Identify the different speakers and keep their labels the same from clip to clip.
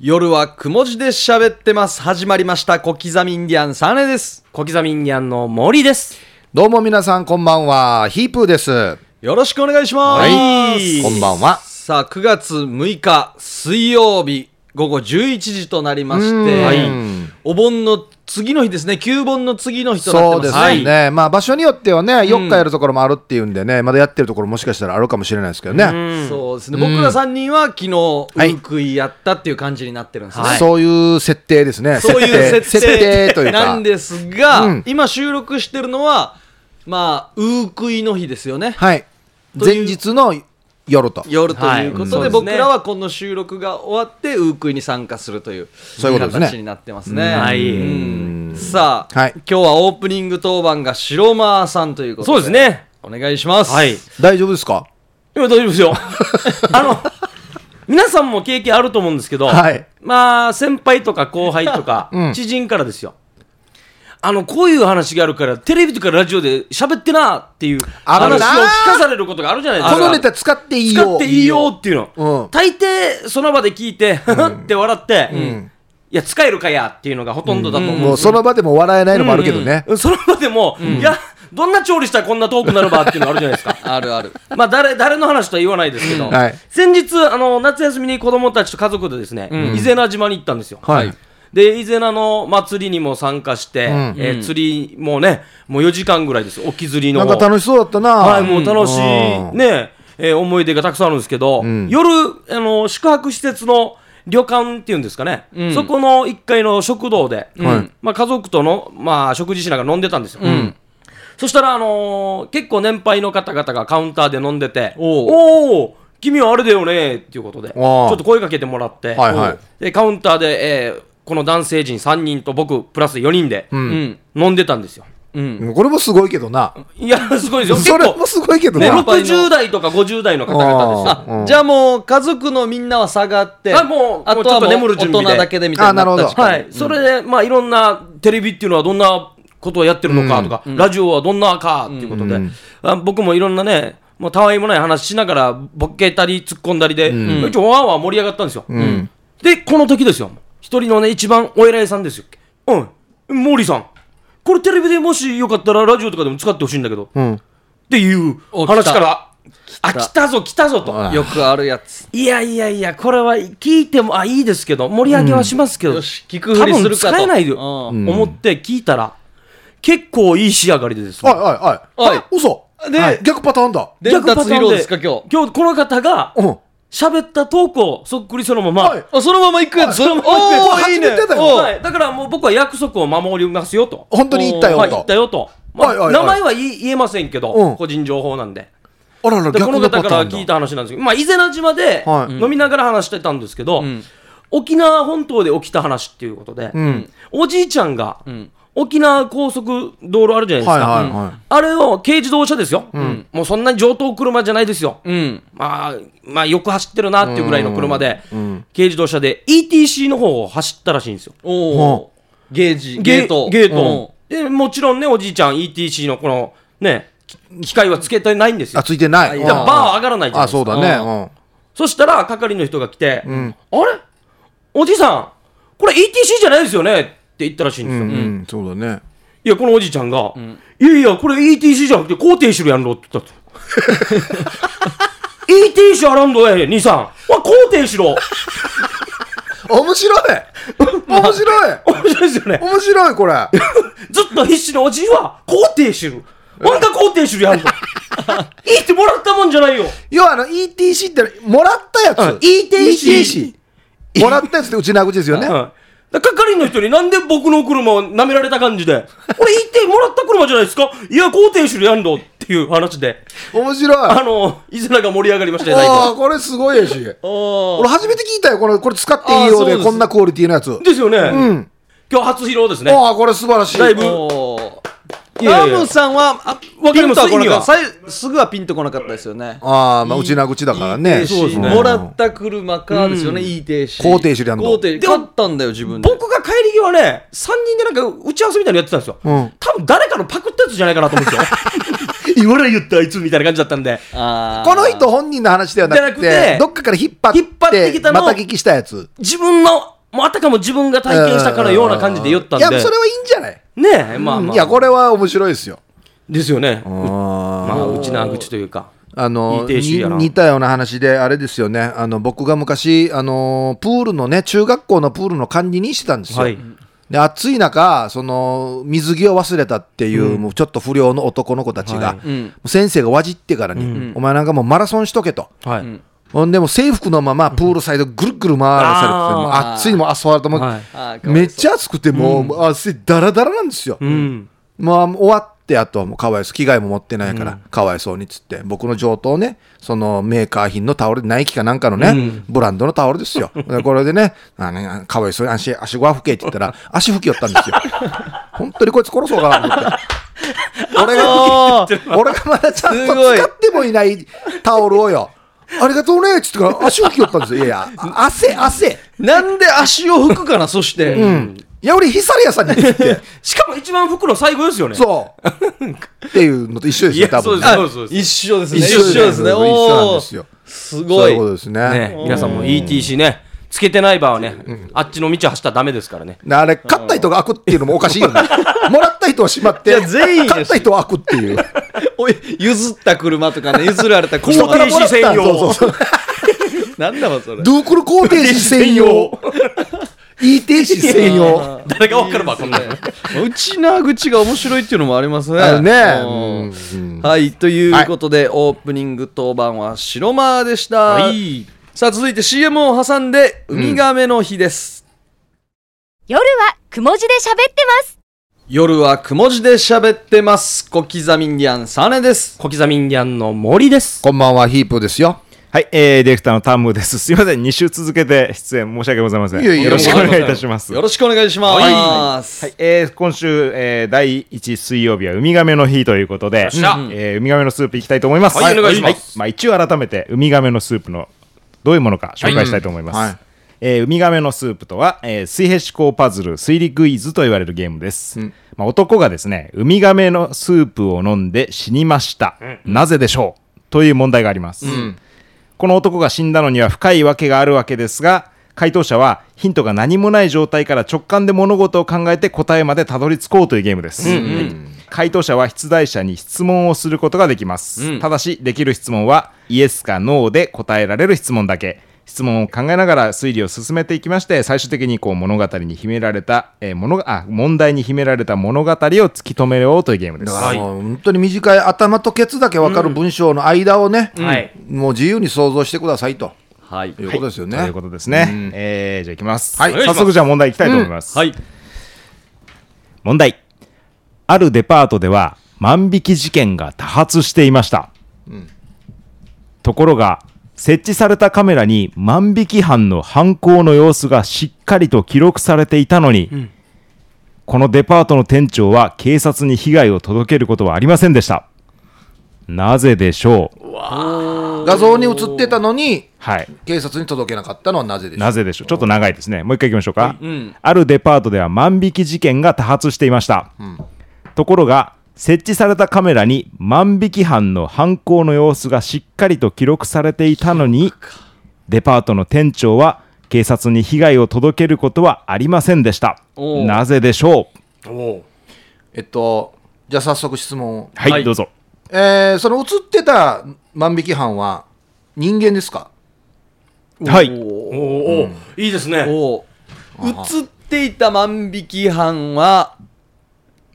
Speaker 1: 夜はくも字で喋ってます。始まりました。小刻みインディアンサネです。
Speaker 2: 小刻みインディアンの森です。
Speaker 3: どうも皆さんこんばんは、ヒープーです。は
Speaker 1: よろしくお願いします。
Speaker 3: い、こんばんは。
Speaker 1: さあ、9月6日水曜日午後11時となりまして、
Speaker 3: はい
Speaker 1: お盆の次の日ですね。旧盆の次の日とな
Speaker 3: そ
Speaker 1: っ
Speaker 3: う
Speaker 1: て
Speaker 3: で
Speaker 1: ますす。
Speaker 3: よね、まあ場所によってはね、4日やるところもあるっていうんでね、まだやってるところもしかしたらあるかもしれないですけどね。
Speaker 1: はいそうですね。僕ら3人は昨日、
Speaker 3: いう
Speaker 1: くいやったっていう感じになってるんですね。
Speaker 3: そういう設定ですね。
Speaker 1: そういう設定
Speaker 3: 設定という
Speaker 1: な
Speaker 3: か
Speaker 1: ん。ですが、
Speaker 3: うん
Speaker 1: 今収録してるのは、まあ、ウークイの日ですよね。
Speaker 3: はい。
Speaker 1: という
Speaker 3: 前日の夜と。
Speaker 1: 夜ということで、
Speaker 2: はいうん
Speaker 1: 僕らはこの収録が終わって、ウークイに参加するという
Speaker 3: そういうことですね
Speaker 1: 形になってますね。
Speaker 2: はい
Speaker 1: うんさあ、
Speaker 3: はい
Speaker 1: 今日はオープニング当番が白間さんということ
Speaker 2: そうです。ね。
Speaker 1: お願いします。。
Speaker 2: はい。い
Speaker 3: 大丈夫ですか
Speaker 2: や、大丈夫ですよ。 あの、皆さんも経験あると思うんですけど、
Speaker 3: はい
Speaker 2: まあ、先輩とか後輩とか、
Speaker 3: うん
Speaker 2: 知人からですよ。あの、こういう話があるから、テレビとかラジオで喋ってなっていう
Speaker 3: あ
Speaker 2: 話を
Speaker 3: る
Speaker 2: 聞
Speaker 3: な
Speaker 2: かされることがあるじゃないです
Speaker 3: こ
Speaker 2: か。
Speaker 3: のネタ使っていいよ。
Speaker 2: 使っていいよっていうの。
Speaker 3: うん
Speaker 2: 大抵、その場で聞いて、って笑って、いや、使えるかやっていうのがほとんどだと思うんですよ
Speaker 3: もうその場でも笑えないのもあるけどね。
Speaker 2: その場でも、いや、どんな調理したらこんな遠くなるばっていうのあるじゃないですか
Speaker 1: あ るある。
Speaker 2: まあ誰誰の話とは言わないですけど、
Speaker 3: はい
Speaker 2: 先日あの、夏休みに子供たちと家族でですね、伊是名島に行ったんですよ。
Speaker 3: はい
Speaker 2: で伊是名の祭りにも参加して、
Speaker 3: ん
Speaker 2: えー釣りもね、もう4時間ぐらいです、よ沖釣りの
Speaker 3: な
Speaker 2: 方
Speaker 3: んか楽しそうだったな。
Speaker 2: はい、もう楽しい
Speaker 3: うん
Speaker 2: ね、えー思い出がたくさんあるんですけど、
Speaker 3: ん
Speaker 2: 夜あの、宿泊施設の旅館っていうんですかね、そこの1階の食堂で、
Speaker 3: はい
Speaker 2: まあ、家族との、まあ、食事しながら飲んでたんですよ。そしたら、あのー結構年配の方々がカウンターで飲んでて、
Speaker 1: おう
Speaker 2: おお君はあれだよねっていうことで、ち
Speaker 3: ああ
Speaker 2: ょっと声かけてもらって、
Speaker 3: はいはい
Speaker 2: でカウンターで、えーこの男性陣3人と僕、プラス4人で、
Speaker 1: うん。
Speaker 2: 飲んでたんですよ。
Speaker 1: うん。
Speaker 3: これもすごいけどな。
Speaker 2: いや、すごいです
Speaker 3: そ
Speaker 2: よ。結構
Speaker 3: れもすごいけど
Speaker 2: ね、
Speaker 3: な。
Speaker 2: 60代とか50代の方々ですよ。
Speaker 3: あ
Speaker 1: あ、
Speaker 3: うん
Speaker 1: じゃあもう家族のみんなは下がって、
Speaker 2: あもう
Speaker 1: あとはもう
Speaker 2: もうちょっと眠る準備
Speaker 1: 大
Speaker 2: で
Speaker 1: 人だけでみたいになった
Speaker 3: あなるほど
Speaker 2: はい、それで、まあ、いろんなテレビっていうのはどんなことをやってるのかとか、ラジオはどんなかっていうことで、あ僕もいろんなね、もうたわいもない話しながら、ボケたり、突っ込んだりで、一応、わーわー盛り上がったんですよ。で、この時ですよ、一人のね、一番お偉いさんですよ、うん、毛利さん、これ、テレビでもしよかったら、ラジオとかでも使ってほしいんだけど、
Speaker 3: うん。
Speaker 2: っていう
Speaker 1: お
Speaker 2: 話から、あ、来たぞ、来たぞと。
Speaker 3: あ
Speaker 1: よくあるやつ。
Speaker 2: いやいやいや、これは聞いても、あ、いいですけど、盛り上げはしますけど、
Speaker 1: よし、聞くふりするかと。
Speaker 2: 多分使えないよ、
Speaker 1: うん
Speaker 2: 思って聞いたら、結構いい仕上がりでです
Speaker 3: おい
Speaker 2: ね。
Speaker 3: おいお
Speaker 1: お
Speaker 3: い。
Speaker 1: い
Speaker 3: あ嘘。
Speaker 1: で
Speaker 3: はい逆パターンだ。
Speaker 1: 伝達披露ですか、今日。
Speaker 2: 今日この方が
Speaker 3: うん。
Speaker 2: 喋ったトークをそっくりそのまま、
Speaker 3: はい
Speaker 1: あ、そのまま行くやつ。
Speaker 2: そのまま行くやつ
Speaker 1: おーいいね。
Speaker 3: 初めてだよ
Speaker 1: おう
Speaker 2: はいだからもう僕は約束を守りますよと。
Speaker 3: 本当に行ったよ
Speaker 2: はい
Speaker 3: と
Speaker 2: 言ったよと。まあ
Speaker 3: はいはいはい
Speaker 2: 名前は言い言えませんけど、
Speaker 3: うん
Speaker 2: 個人情報なんで。
Speaker 3: あらら、
Speaker 2: で
Speaker 3: 逆
Speaker 2: この
Speaker 3: の
Speaker 2: 方
Speaker 3: パ
Speaker 2: か
Speaker 3: ター
Speaker 2: ら
Speaker 3: ン
Speaker 2: 聞い
Speaker 3: だ。
Speaker 2: た話なんですけど、まあ、伊是名島で
Speaker 3: はい
Speaker 2: 飲みながら話してたんですけど、
Speaker 1: ん
Speaker 2: 沖縄本島で起きた話っていうことで、
Speaker 3: うん。
Speaker 2: おじいちゃんが
Speaker 1: ん
Speaker 2: 沖縄高速道路あるじゃないです
Speaker 3: はい
Speaker 2: か、
Speaker 3: はいは
Speaker 2: あれを軽自動車ですよ、もうそんなに上等車じゃないですよ、
Speaker 1: うん。
Speaker 2: まあ、まあよく走ってるなっていうぐらいの車で、
Speaker 3: ん
Speaker 2: 軽自動車で ETC の方を走ったらしいんですよ
Speaker 1: おお、ゲージゲート
Speaker 2: ゲート、でもちろんねおじいちゃん ETC のこのねき機械はつけてないんです
Speaker 3: い。あ、
Speaker 2: よ
Speaker 3: ついてない。
Speaker 2: だからバーは上
Speaker 3: が
Speaker 2: がらないじゃない
Speaker 3: あ、
Speaker 2: ですか
Speaker 3: そうだね。
Speaker 2: そしたら係の人が来て、あれおじいさんこれ ETC じゃないですよねって言ったらしいんです
Speaker 3: う
Speaker 2: よ、
Speaker 3: ん。うん、そうだね。
Speaker 2: いや、このおじいちゃんが、いやいや、これ ETC じゃなくて、肯定しろやんろって言った と。ETC あらんどや、兄さん。わ、肯定しろ。
Speaker 3: 面 白い面白い
Speaker 2: 面白いですよね。
Speaker 3: 面白い、これ。
Speaker 2: ずっと必死のおじいは、肯定しる。あんた肯定しるや んろ。いいってもらったもんじゃないよ。
Speaker 3: 要はあの、ETC って、もらったやつ。
Speaker 2: ETC。
Speaker 3: ETC もらったやつってうちな口ですよね。
Speaker 2: うんだ係の人になんで僕の車を舐められた感じ で、これ ET もらった車じゃないですかいや、肯定しるやんろっていう話で、
Speaker 3: 面白い。
Speaker 2: あの、伊勢名が盛り上がりましたよね。
Speaker 3: ああ、これすごいやし。
Speaker 1: お
Speaker 3: 俺初めて聞いたよ。これ、これ使っていい
Speaker 1: あ
Speaker 3: よ
Speaker 1: そうう
Speaker 3: で、
Speaker 1: です
Speaker 3: こんなクオリティのやつ。
Speaker 2: ですよね。
Speaker 3: うん。
Speaker 2: 今日初披露ですね。
Speaker 3: ああ、これ素晴らしい。
Speaker 2: だいぶ
Speaker 1: お
Speaker 2: いやいや
Speaker 1: ラムさんは、あ、
Speaker 2: わかります
Speaker 1: ピンとは来なかった
Speaker 2: 意
Speaker 1: さいすぐはピンとこなかったですよね。
Speaker 3: ああ、まあ、うちな口だからね。
Speaker 1: そうですね。
Speaker 3: ん
Speaker 1: もらった車かですよね、いい停止。
Speaker 3: 肯定しりゃんの
Speaker 1: 肯定
Speaker 2: で
Speaker 1: 買ったんだよ、自分で。
Speaker 2: 僕が帰り際ね、3人でなんか打ち合わせみたいなのやってたんですよ。
Speaker 3: うん
Speaker 2: 多分誰かのパクったやつじゃないかなと思うんですよ。今ら 言ったあいつみたいな感じだったんで。
Speaker 1: あー
Speaker 3: この人本人の話ではなく
Speaker 2: じゃなくて
Speaker 3: て、どっかから引っ張
Speaker 2: 引っ張っ
Speaker 3: って
Speaker 2: き
Speaker 3: て、
Speaker 2: た
Speaker 3: ま
Speaker 2: のを
Speaker 3: た聞きしたやつ。
Speaker 2: 自分のもうあたかも自分が体験したかのような感じで言ったんで、
Speaker 3: いやそれはいいんじゃない、
Speaker 2: ねえ、まあ
Speaker 3: うん
Speaker 2: まあ、
Speaker 3: いやこれは面白いですよ
Speaker 2: ですよね、
Speaker 3: あ
Speaker 2: まあ、うちな口というか、
Speaker 3: あの
Speaker 2: いい亭主やな
Speaker 3: に似たような話であれですよねあの僕が昔あのプールのね中学校のプールの管理人してたんですよ、
Speaker 2: はい
Speaker 3: で暑い中その水着を忘れたっていう,、もうちょっと不良の男の子たちが、
Speaker 2: はい
Speaker 1: うん
Speaker 3: 先生がわじってからに、お前なんかもうマラソンしとけと。
Speaker 2: はい
Speaker 3: ほんでもう制服のままプールサイドぐるぐる回らされてて、
Speaker 2: あー
Speaker 3: もう暑いのもアスファルトも、
Speaker 2: はい
Speaker 1: あー
Speaker 3: めっちゃ暑くてもう汗だらだらなんですよ、
Speaker 2: うん、
Speaker 3: まあ、終わって、あとはもうかわいそう、着替えも持ってないから、かわいそうにっつって、僕の上等ね、そのメーカー品のタオル、ナイキかなんかのね、ブランドのタオルですよ。でこれでね、あのかわいそうに足、足ごは拭けって言ったら、足拭きよったんですよ。本当にこいつ殺そうかなと思って。俺が、 俺がまだちゃんと
Speaker 1: すごい
Speaker 3: 使ってもいないタオルをよ、ありがとうねっつってから、足拭きよったんですよ。いやいや、あ汗、汗。
Speaker 1: なんで足を拭くかな、そして。
Speaker 3: うん。いや、俺、ヒサリアさんに言って、
Speaker 2: しかも一番袋最後ですよね。
Speaker 3: そう。っていうのと一緒です
Speaker 2: い
Speaker 3: よ、
Speaker 2: や
Speaker 3: 多分ね
Speaker 2: そうです
Speaker 1: あ
Speaker 2: そうそうそう
Speaker 1: 一緒ですね。
Speaker 3: 一緒です一緒なん
Speaker 1: お
Speaker 3: ですよ
Speaker 1: ーす
Speaker 3: そ
Speaker 1: ご
Speaker 3: う
Speaker 1: い
Speaker 3: いう。ことですね。
Speaker 2: ね、皆さんも ETC ね、つけてない場はね、あっちの道走ったらダメですからね。
Speaker 3: であれ、勝った人が開くっていうのもおかしいよね。もらった人はしまっ
Speaker 1: い
Speaker 3: て、
Speaker 1: や全員です
Speaker 3: 勝った人は開くっていう。
Speaker 1: おい譲った車とかね、譲られた
Speaker 3: 人
Speaker 1: 車
Speaker 3: からもらったん
Speaker 2: ETC 専用
Speaker 3: そうそうそう。
Speaker 1: なんだわ、それ。
Speaker 3: ドゥークルコーテージ専用。E 停止専用。
Speaker 2: 誰がわかるわ、こんなの。
Speaker 1: うちな口が面白いっていうのもありますね。
Speaker 3: あるね
Speaker 1: うんはい、ということで、オープニング当番は白間でした。
Speaker 2: はい
Speaker 1: さあ、続いて CM を挟んで、ウミガメの日です。
Speaker 4: 夜はくも字で喋ってます。
Speaker 1: 夜はくも字で喋ってます。小刻みインディアン、サネです。
Speaker 2: 小刻みインディアンの森です。
Speaker 3: こんばんは、ヒープーですよ。
Speaker 5: はい、えー、ディレクターのタムです。すみません、2週続けて出演申し訳ございません。
Speaker 3: いえいえ
Speaker 5: よろしくお願いいたします。
Speaker 1: よ
Speaker 5: はい、
Speaker 1: ろしくお願いします。
Speaker 5: えー、今週、えー、第1水曜日はウミガメの日ということで、えー、ウミガメのスープいきたいと思います。
Speaker 2: はいお願いします
Speaker 5: はいまあ、一応改めて、ウミガメのスープのどういうものか紹介したいと思います。
Speaker 3: はいはい
Speaker 5: えーウミガメのスープとは、えー水平思考パズル推理クイズと言われるゲームです、まあ、男がですねウミガメのスープを飲んで死にました、なぜでしょうという問題があります、この男が死んだのには深いわけがあるわけですが回答者はヒントが何もない状態から直感で物事を考えて答えまでたどり着こうというゲームです、はい回答者は出題者に質問をすることができます、ただしできる質問はイエスかノーで答えられる質問だけ質問を考えながら推理を進めていきまして最終的にこう物語に秘められた、えー物があ問題に秘められた物語を突き止めようというゲームで
Speaker 3: だ
Speaker 5: す
Speaker 3: からもう本当に短い頭とケツだけ分かる文章の間をね、
Speaker 2: はい
Speaker 3: もう自由に想像してくださいと
Speaker 1: はい。
Speaker 3: いうことですよね。
Speaker 5: ということですね、えーじゃあいきます、
Speaker 3: はいお願いし
Speaker 5: 早
Speaker 3: ます
Speaker 5: 速じゃあ問題いきたいと思います、
Speaker 1: はい。
Speaker 5: 問題あるデパートでは万引き事件が多発していました、ところが設置されたカメラに万引き犯の犯行の様子がしっかりと記録されていたのに、このデパートの店長は警察に被害を届けることはありませんでしたなぜでしょう
Speaker 3: 画像に映ってたのに、
Speaker 5: はい
Speaker 3: 警察に届けなかったのはなぜでしょう
Speaker 5: なぜでしょうちょっと長いですね。もう一回行きましょうか。あるデパートでは万引き事件が多発していました。ところが、設置されたカメラに万引き犯の犯行の様子がしっかりと記録されていたのに、デパートの店長は警察に被害を届けることはありませんでした。
Speaker 1: おう
Speaker 5: なぜでしょう
Speaker 3: えっと、じゃあ早速質問を。
Speaker 5: はい、
Speaker 1: はい
Speaker 5: どうぞ。
Speaker 3: えーその映ってた万引き犯は人間ですか
Speaker 5: はい
Speaker 1: お
Speaker 2: おお、いいですね。
Speaker 1: お映っていた万引き犯は、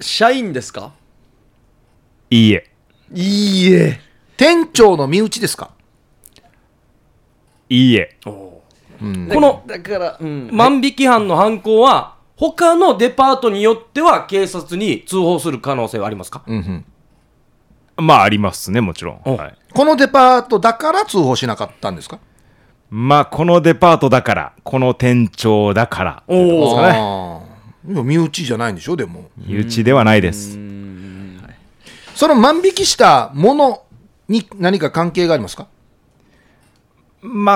Speaker 1: 社員ですか
Speaker 5: いいえ。
Speaker 1: いいえ。
Speaker 3: 店長の身内ですか
Speaker 5: いいえ。
Speaker 2: この
Speaker 1: だから、うん。
Speaker 2: 万引き犯の犯行は、他のデパートによっては警察に通報する可能性はありますか、
Speaker 5: まあ、ありますね、もちろん。
Speaker 2: お
Speaker 5: はい
Speaker 3: このデパートだから通報しなかったんですか
Speaker 5: まあ、このデパートだから、この店長だから、
Speaker 2: おお、
Speaker 5: そうですね
Speaker 3: あーいや身内じゃないんでしょでも
Speaker 5: 身内ではないです。
Speaker 3: その万引きしたものに何か関係がありますか、
Speaker 5: ま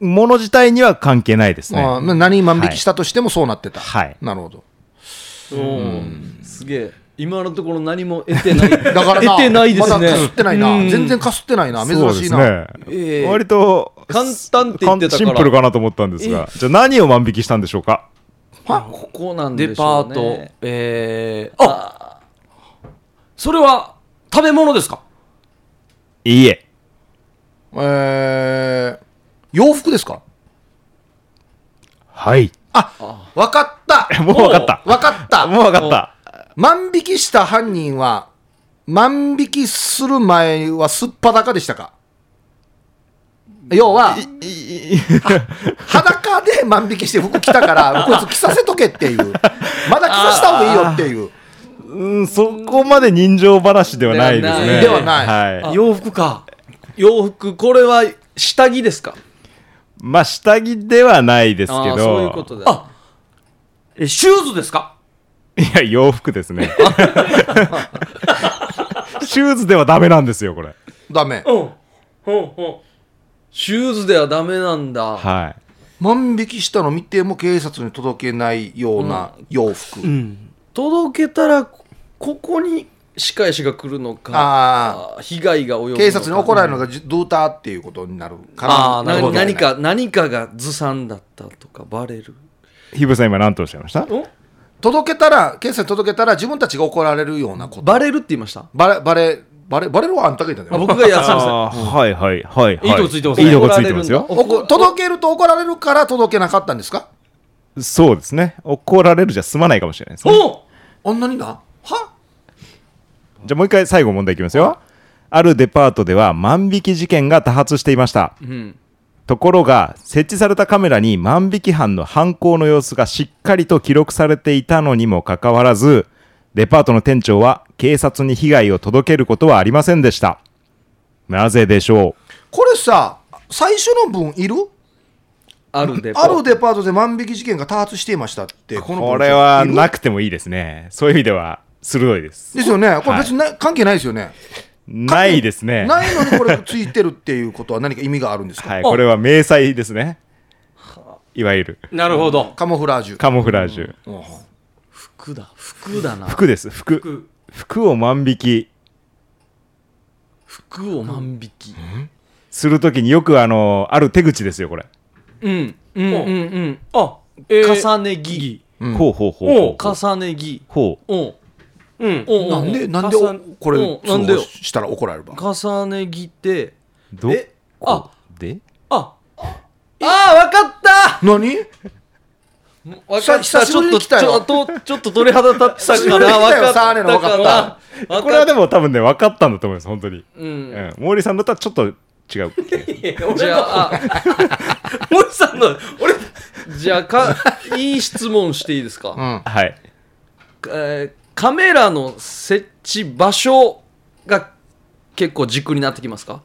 Speaker 5: あ、もの自体には関係ないですね。
Speaker 3: あーな何万引きしたとしてもそうなってた、
Speaker 5: はい
Speaker 3: なるほど
Speaker 1: うんすげえ。今のところ何も得てない。
Speaker 3: だからな
Speaker 1: 得てないですね。
Speaker 3: まだかすってないな
Speaker 1: うん
Speaker 3: 全然かすってないな
Speaker 5: そう
Speaker 3: 珍
Speaker 5: で
Speaker 3: しい
Speaker 5: す
Speaker 3: な、
Speaker 5: ね。
Speaker 1: ええ
Speaker 5: 割と、
Speaker 1: 簡単って言ってた
Speaker 5: シ
Speaker 1: か
Speaker 5: ン
Speaker 1: ら。
Speaker 5: プルかなと思ったんですが、じゃあ何を万引きしたんでしょうか
Speaker 1: ここなんで
Speaker 2: デ
Speaker 1: しょ
Speaker 2: パ
Speaker 1: う
Speaker 2: ー
Speaker 1: ね。
Speaker 2: ト、えー、あそれは食べ物ですか
Speaker 5: いいえ。
Speaker 3: えー、洋服ですか
Speaker 5: はい。
Speaker 3: あ、わかった
Speaker 5: もう分かった。
Speaker 3: わかった
Speaker 5: もう分かった。
Speaker 3: 万引きした犯人は、万引きする前はすっぱだかでしたか要は、裸で万引きして服着たから、こいつ着させとけっていう。まだ着させた方がいいよっていう。
Speaker 5: うん、そこまで人情話ではないですね。
Speaker 3: ではない
Speaker 5: は
Speaker 2: 洋服か
Speaker 1: 洋服、これは下着ですか
Speaker 5: い。まあ、下着ではないですけ
Speaker 1: あ
Speaker 5: ど。
Speaker 1: あそういうことだ。
Speaker 2: あえシューズですか
Speaker 5: いや、洋服ですね。 シューズではダメなんですよ、これ。
Speaker 3: ダメ。
Speaker 2: うんうんうん
Speaker 1: シューズではダメなんだ。
Speaker 5: は
Speaker 3: 万引きしたの見ても警察に届けないような洋服。
Speaker 1: 届けたら、こここに仕返しが来るのか、
Speaker 3: ああ、
Speaker 1: あ被害が及ぶのか。
Speaker 3: 警察に怒られるのがじドゥーターっていうことになるから。
Speaker 1: ああ、な
Speaker 2: るほど
Speaker 1: 何か、何かがずさんだったとかバレる。
Speaker 5: い。ひぶさん、今何とおっしゃいました
Speaker 3: 届けたら、警察に届けたら自分たちが怒られるようなこと。
Speaker 1: バレるって言いました
Speaker 3: バレ、バレ、バレ、バレるはあんたが言ったんだ
Speaker 1: あ
Speaker 3: よ。
Speaker 1: 僕がやってました。
Speaker 5: あーはいはいはいはい。
Speaker 2: いいとこついてます
Speaker 5: いいとこついてますよ。
Speaker 3: おこ届けると怒られるから届けなかったんですか
Speaker 5: そうですね。怒られるじゃ済まないかもしれないですね。
Speaker 2: お
Speaker 3: あんなになは
Speaker 5: じゃあもう一回最後問題いきますよ。あるデパートでは万引き事件が多発していました。ところが、設置されたカメラに万引き犯の犯行の様子がしっかりと記録されていたのにもかかわらず、デパートの店長は警察に被害を届けることはありませんでした。なぜでしょ
Speaker 3: これさ最初の文いる
Speaker 1: あるで。
Speaker 3: あるデパートで万引き事件が多発していましたって
Speaker 5: う
Speaker 3: こ
Speaker 5: こ
Speaker 3: の文
Speaker 5: れはい
Speaker 3: る
Speaker 5: なくてもいいですね。そういう意味では鋭いです。
Speaker 3: ですよねこれ別にな、関係ないですよね
Speaker 5: ないですね。
Speaker 3: ないのにこれついてるっていうことは何か意味があるんですか、
Speaker 5: はい、これは迷彩ですね。いわゆる
Speaker 2: なるほど
Speaker 3: カモフラージュ
Speaker 5: カモフラージュ。
Speaker 1: 服だ。服だな。
Speaker 5: 服です、服。服を万引き
Speaker 1: 服を万引き。
Speaker 5: するときによくあの、ある手口ですよ、これ。
Speaker 1: うん。うん。うん。うん。
Speaker 2: あえー、
Speaker 1: 重ね着。
Speaker 5: ほうほうほうほう。
Speaker 1: 重ね着。
Speaker 5: ほう。
Speaker 1: うん。
Speaker 2: うん
Speaker 1: うん。
Speaker 3: なんでなんで
Speaker 2: 重ね
Speaker 3: おこれ
Speaker 1: うんな
Speaker 3: 通
Speaker 1: んでよ
Speaker 3: 報したら怒られるば
Speaker 1: 重ね着って。
Speaker 5: ど
Speaker 1: えあ
Speaker 5: で
Speaker 2: あ
Speaker 1: ああ、わかった
Speaker 3: 何
Speaker 1: わ
Speaker 3: さ久しぶりに来たよ
Speaker 1: ちょっと、ちょっとちょっと鳥肌立ってた
Speaker 3: 久し
Speaker 1: か
Speaker 3: ぶりに
Speaker 1: ら、
Speaker 3: 来たよ
Speaker 1: わ
Speaker 3: サーネのわかった
Speaker 1: わ
Speaker 5: これはで
Speaker 1: も、
Speaker 5: も多分ね、分かったんだと思います、本当に。
Speaker 1: うん。
Speaker 5: うん。毛利さんだったらちょっと違う。
Speaker 1: じゃあ、あ
Speaker 2: 森さんの俺
Speaker 1: じゃあか、いい質問していいですか、
Speaker 3: うん
Speaker 5: はい。
Speaker 1: えーカメラの設置場所が結構軸になってきますか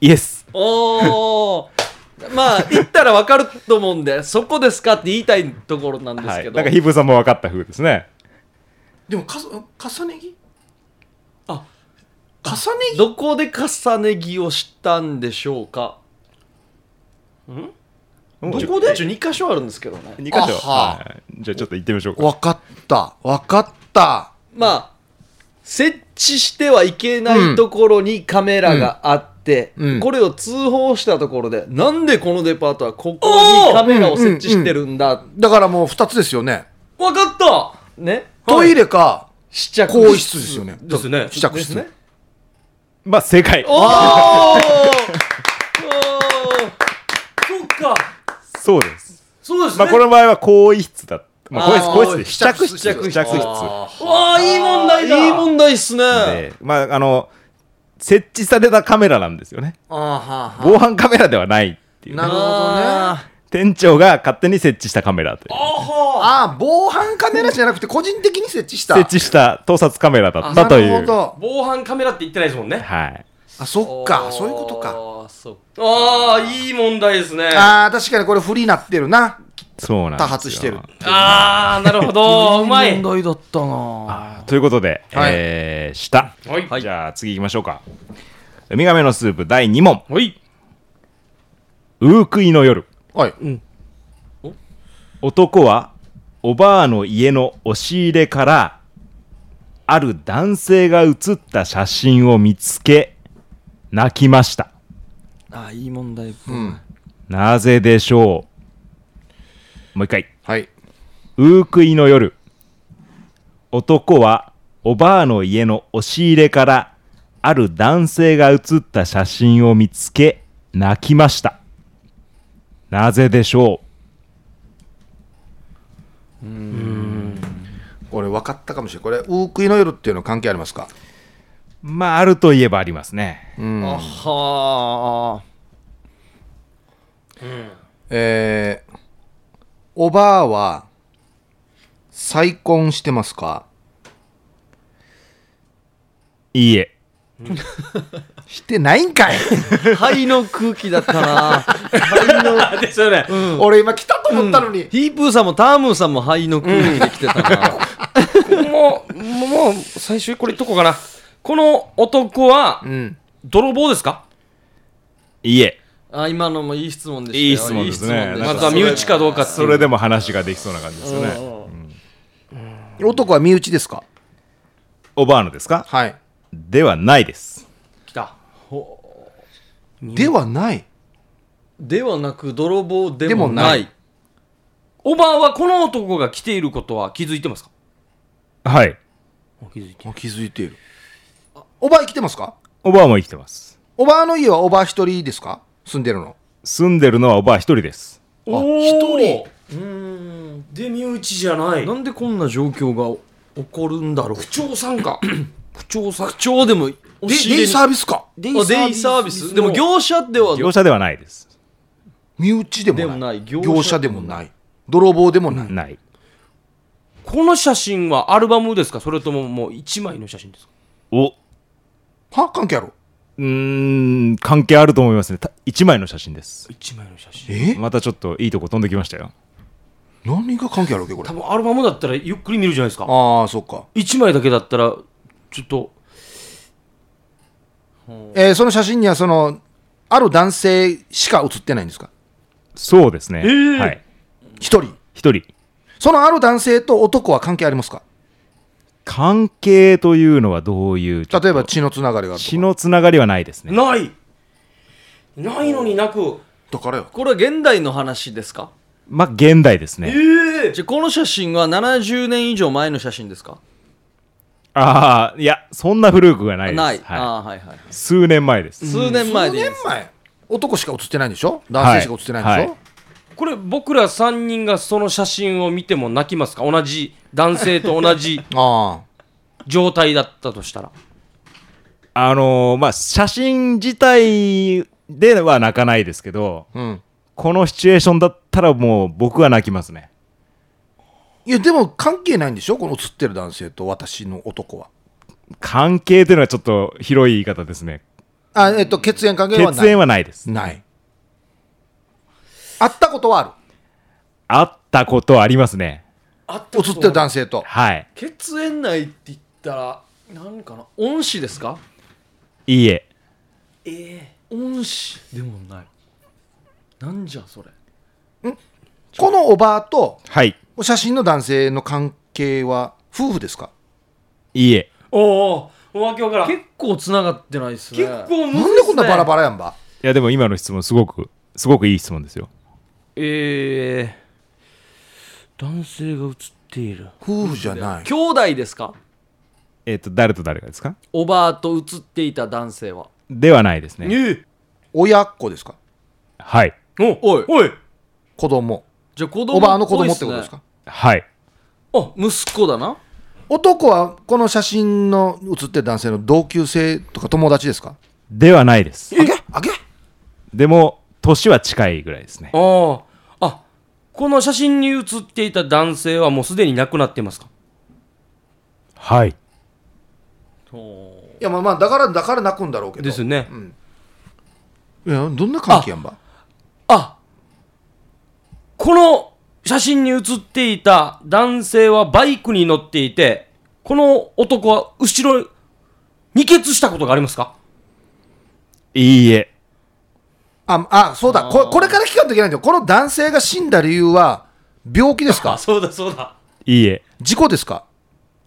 Speaker 5: イエス。
Speaker 1: おーまあ言ったらわかると思うんで そこですかって言いたいところなんです
Speaker 5: は
Speaker 1: け
Speaker 5: い。
Speaker 1: ど、
Speaker 5: なんかヒブさんも分かった風ですね。
Speaker 3: でもかさ重ね着
Speaker 1: あ
Speaker 3: 重ね着
Speaker 1: どこで重ね着をしたんでしょうか
Speaker 5: ど
Speaker 1: どこでちょ2箇所あるんですけどね
Speaker 5: ?2 箇所。
Speaker 3: あは
Speaker 5: はいじゃあちょっと行ってみましょうか。
Speaker 3: わかったわかった
Speaker 1: まあ設置してはいけないところにカメラがあって、
Speaker 3: うんうん
Speaker 1: これを通報したところでなんでこのデパートはここにカメラを設置してるんだ、
Speaker 3: だからもう2つですよね
Speaker 2: わかった
Speaker 1: ね
Speaker 3: トイレか
Speaker 1: 試着
Speaker 3: 更衣室ですよね
Speaker 2: ですね
Speaker 3: 試着
Speaker 1: です
Speaker 3: 室
Speaker 1: ね
Speaker 5: まあ、正解。
Speaker 1: おー
Speaker 2: そっか
Speaker 5: そうです。
Speaker 2: そうですね、
Speaker 5: まあ、この場合は更衣室だ。まあ、更
Speaker 1: あー
Speaker 5: 衣室、更衣室、
Speaker 3: 試
Speaker 5: 試
Speaker 3: 着室
Speaker 5: 着室、試着室。
Speaker 3: 試着室
Speaker 2: わあいい問題だ
Speaker 1: いい問題っすね
Speaker 5: で、まあ、あの、設置されたカメラなんですよね。
Speaker 3: あーはーは
Speaker 5: 防犯カメラではないっていう
Speaker 3: な。るほどねあ
Speaker 1: ね
Speaker 5: 店長が勝手に設置したカメラという。
Speaker 3: あー防犯カメラじゃなくて個人的に設置した
Speaker 5: 設置した盗撮カメラだったとい
Speaker 3: なるほ
Speaker 5: う。
Speaker 3: ど
Speaker 2: 防犯カメラって言ってないですもんね
Speaker 5: はい。
Speaker 3: あそっかそういうことか
Speaker 1: ああそう
Speaker 2: ああいい問題ですねあ
Speaker 3: あー確かにこれ不利になってるな
Speaker 5: そうなんです
Speaker 3: 多
Speaker 5: よ
Speaker 3: 発してる
Speaker 2: あーなるほどうま い
Speaker 1: 問題だったな
Speaker 5: ということで、
Speaker 3: はい
Speaker 5: えー、下。
Speaker 2: はい
Speaker 5: じゃあ次行きましょうか。ウミガメのスープ第2問。
Speaker 2: はい
Speaker 5: ウークイの夜。
Speaker 3: はい
Speaker 5: 男は、おばあの家の押し入れから、ある男性が写った写真を見つけ、泣きました。
Speaker 1: あいい問題、
Speaker 5: なぜでしょうもう一回
Speaker 3: はい。
Speaker 5: ウークイの夜男はおばあの家の押し入れからある男性が写った写真を見つけ泣きましたなぜでしょ
Speaker 3: これ分かったかもしれない。これ、ウークイの夜っていうの関係ありますか
Speaker 5: うまああるといえばありますね
Speaker 1: あはあ
Speaker 3: えー、おばあは再婚してますか
Speaker 5: いいえ
Speaker 3: してないんかい
Speaker 1: 肺の空気だった な肺の、
Speaker 2: ですよね。
Speaker 3: 俺今来たと思ったのに。
Speaker 1: ヒープーさんもタームーさんも肺の空気で来てた な、
Speaker 2: もう、もう、最終これいっとこうかな。この男は、
Speaker 3: うん。
Speaker 2: 泥棒ですか
Speaker 5: いいえ
Speaker 1: あ今のもいい質問でしたよ
Speaker 5: いい質問ですね
Speaker 1: いい質問し
Speaker 5: なん
Speaker 1: た
Speaker 2: まずは身内かどうかって
Speaker 5: そ
Speaker 2: いう。
Speaker 5: れでも話ができそうな感じですよね
Speaker 3: 男は身内ですか
Speaker 5: おばあのですか
Speaker 3: はい。
Speaker 5: ではないです
Speaker 2: 来た。
Speaker 3: ではない。
Speaker 1: ではなく泥棒で
Speaker 3: で
Speaker 1: も
Speaker 3: も
Speaker 1: な
Speaker 3: ないい
Speaker 2: おばあはこの男が来ていることは気づいてますか
Speaker 5: はい
Speaker 2: 気づいて
Speaker 3: あ気づいている。あおばあ生きてますか
Speaker 5: おばあも生きてます
Speaker 3: おばあの家はおばあ一人ですか住んでるの。
Speaker 5: 住んでるのはおばあ一人です
Speaker 2: おー
Speaker 3: 一人
Speaker 2: うんで身内じゃない
Speaker 1: なんでこんな状況が起こるんだろう
Speaker 2: 区長さん か区長さん
Speaker 1: 区長でも
Speaker 3: デ
Speaker 1: 押し入
Speaker 3: イ
Speaker 1: れに
Speaker 3: サービスか
Speaker 2: デ
Speaker 1: あデイサービスでも業者では
Speaker 5: 業者ではないです
Speaker 3: 身内でもな
Speaker 1: で
Speaker 3: い
Speaker 1: もない業
Speaker 3: 業
Speaker 1: 者
Speaker 3: 者でもない泥棒でもない、
Speaker 5: ない
Speaker 2: この写真はアルバムですかそれとももう一枚の写真ですか
Speaker 5: お
Speaker 3: は関係ある
Speaker 5: うーん関係あると思いますねた一枚の写真です
Speaker 2: 一枚の写真
Speaker 3: え
Speaker 5: またちょっといいとこ飛んできましたよ
Speaker 3: 何が関係あるわけこれ
Speaker 2: 多分アルバムだったらゆっくり見るじゃないですか
Speaker 3: ああそっか、
Speaker 2: 一枚だけだったらちょっと
Speaker 3: えーその写真にはそのある男性しか写ってないんですか
Speaker 5: そうですね、はい
Speaker 3: 一人
Speaker 5: 一人
Speaker 3: そのある男性と男は関係ありますか
Speaker 5: 関係というのはどういう
Speaker 3: 例えば血のつながりがある
Speaker 5: 血
Speaker 3: とか
Speaker 5: のつながりはないですね
Speaker 2: ないないのになく
Speaker 3: だからよ
Speaker 1: これは現代の話ですか
Speaker 5: まあ現代ですね
Speaker 1: じゃあこの写真は70年以上前の写真ですか
Speaker 5: ああいやそんな古くはないです
Speaker 1: ない、あ
Speaker 5: は
Speaker 1: あはいはい
Speaker 5: い、数年前です、
Speaker 1: 数年前でいいです
Speaker 3: 数年前男しか写ってないんでしょ男性しか写ってないんでしょ、
Speaker 5: はいはい
Speaker 2: これ僕ら3人がその写真を見ても泣きますか同じ男性と同じ
Speaker 3: ああ
Speaker 2: 状態だったとしたら
Speaker 5: あのーまあ写真自体では泣かないですけど
Speaker 3: うん
Speaker 5: このシチュエーションだったらもう僕は泣きますね
Speaker 3: いやでも関係ないんでしょこの写ってる男性と私の男は
Speaker 5: 関係というのはちょっと広い言い方ですね
Speaker 3: あえっと血縁関係はない
Speaker 5: 血縁はないです
Speaker 3: ない会ったことはある
Speaker 5: 会ったことありますね
Speaker 1: あった
Speaker 3: 写ってる男性と
Speaker 5: はい
Speaker 1: 血縁内って言ったら何かな恩師ですか
Speaker 5: いいえ
Speaker 1: 恩師でもないなんじゃそれ
Speaker 3: このおばあと
Speaker 5: はい
Speaker 3: 写真の男性の関係は夫婦ですか
Speaker 5: いいえ
Speaker 2: おおわけわからん
Speaker 1: 結構つながってないですね
Speaker 2: 構
Speaker 3: なんでこんなバラバラやんば
Speaker 5: いやでも今の質問すごくすごくいい質問ですよ
Speaker 2: えー、男性が写っている
Speaker 3: 夫婦じゃない
Speaker 1: 兄弟ですか
Speaker 5: えっ、と誰と誰がですか
Speaker 1: おばあと写っていた男性は
Speaker 5: ではないですね
Speaker 2: え
Speaker 3: 親子ですか
Speaker 5: はい
Speaker 2: お
Speaker 1: おい
Speaker 2: おい
Speaker 3: 子供
Speaker 1: じゃあ子供
Speaker 3: おばあの子供って
Speaker 1: ぽ
Speaker 3: こ
Speaker 1: いっ
Speaker 3: とですか
Speaker 5: はい
Speaker 1: あ息子だな
Speaker 3: 男はこの写真の写ってる男性の同級生とか友達ですか
Speaker 5: ではないです
Speaker 3: あげあげ
Speaker 5: でも年は近いぐらいですね
Speaker 2: あーあこの写真に写っていた男性はもうすでに亡くなってますか
Speaker 5: はい
Speaker 3: いやまあまあだからだから泣くんだろうけど
Speaker 2: ですよね、
Speaker 3: いやどんな関係やんば
Speaker 2: あこの写真に写っていた男性はバイクに乗っていてこの男は後ろに二血したことがありますか
Speaker 5: いいえ
Speaker 3: ああそうだここれから聞かんといけないんだよこの男性が死んだ理由は病気ですか
Speaker 2: そうだそうだ
Speaker 5: いいえ
Speaker 3: 事故ですか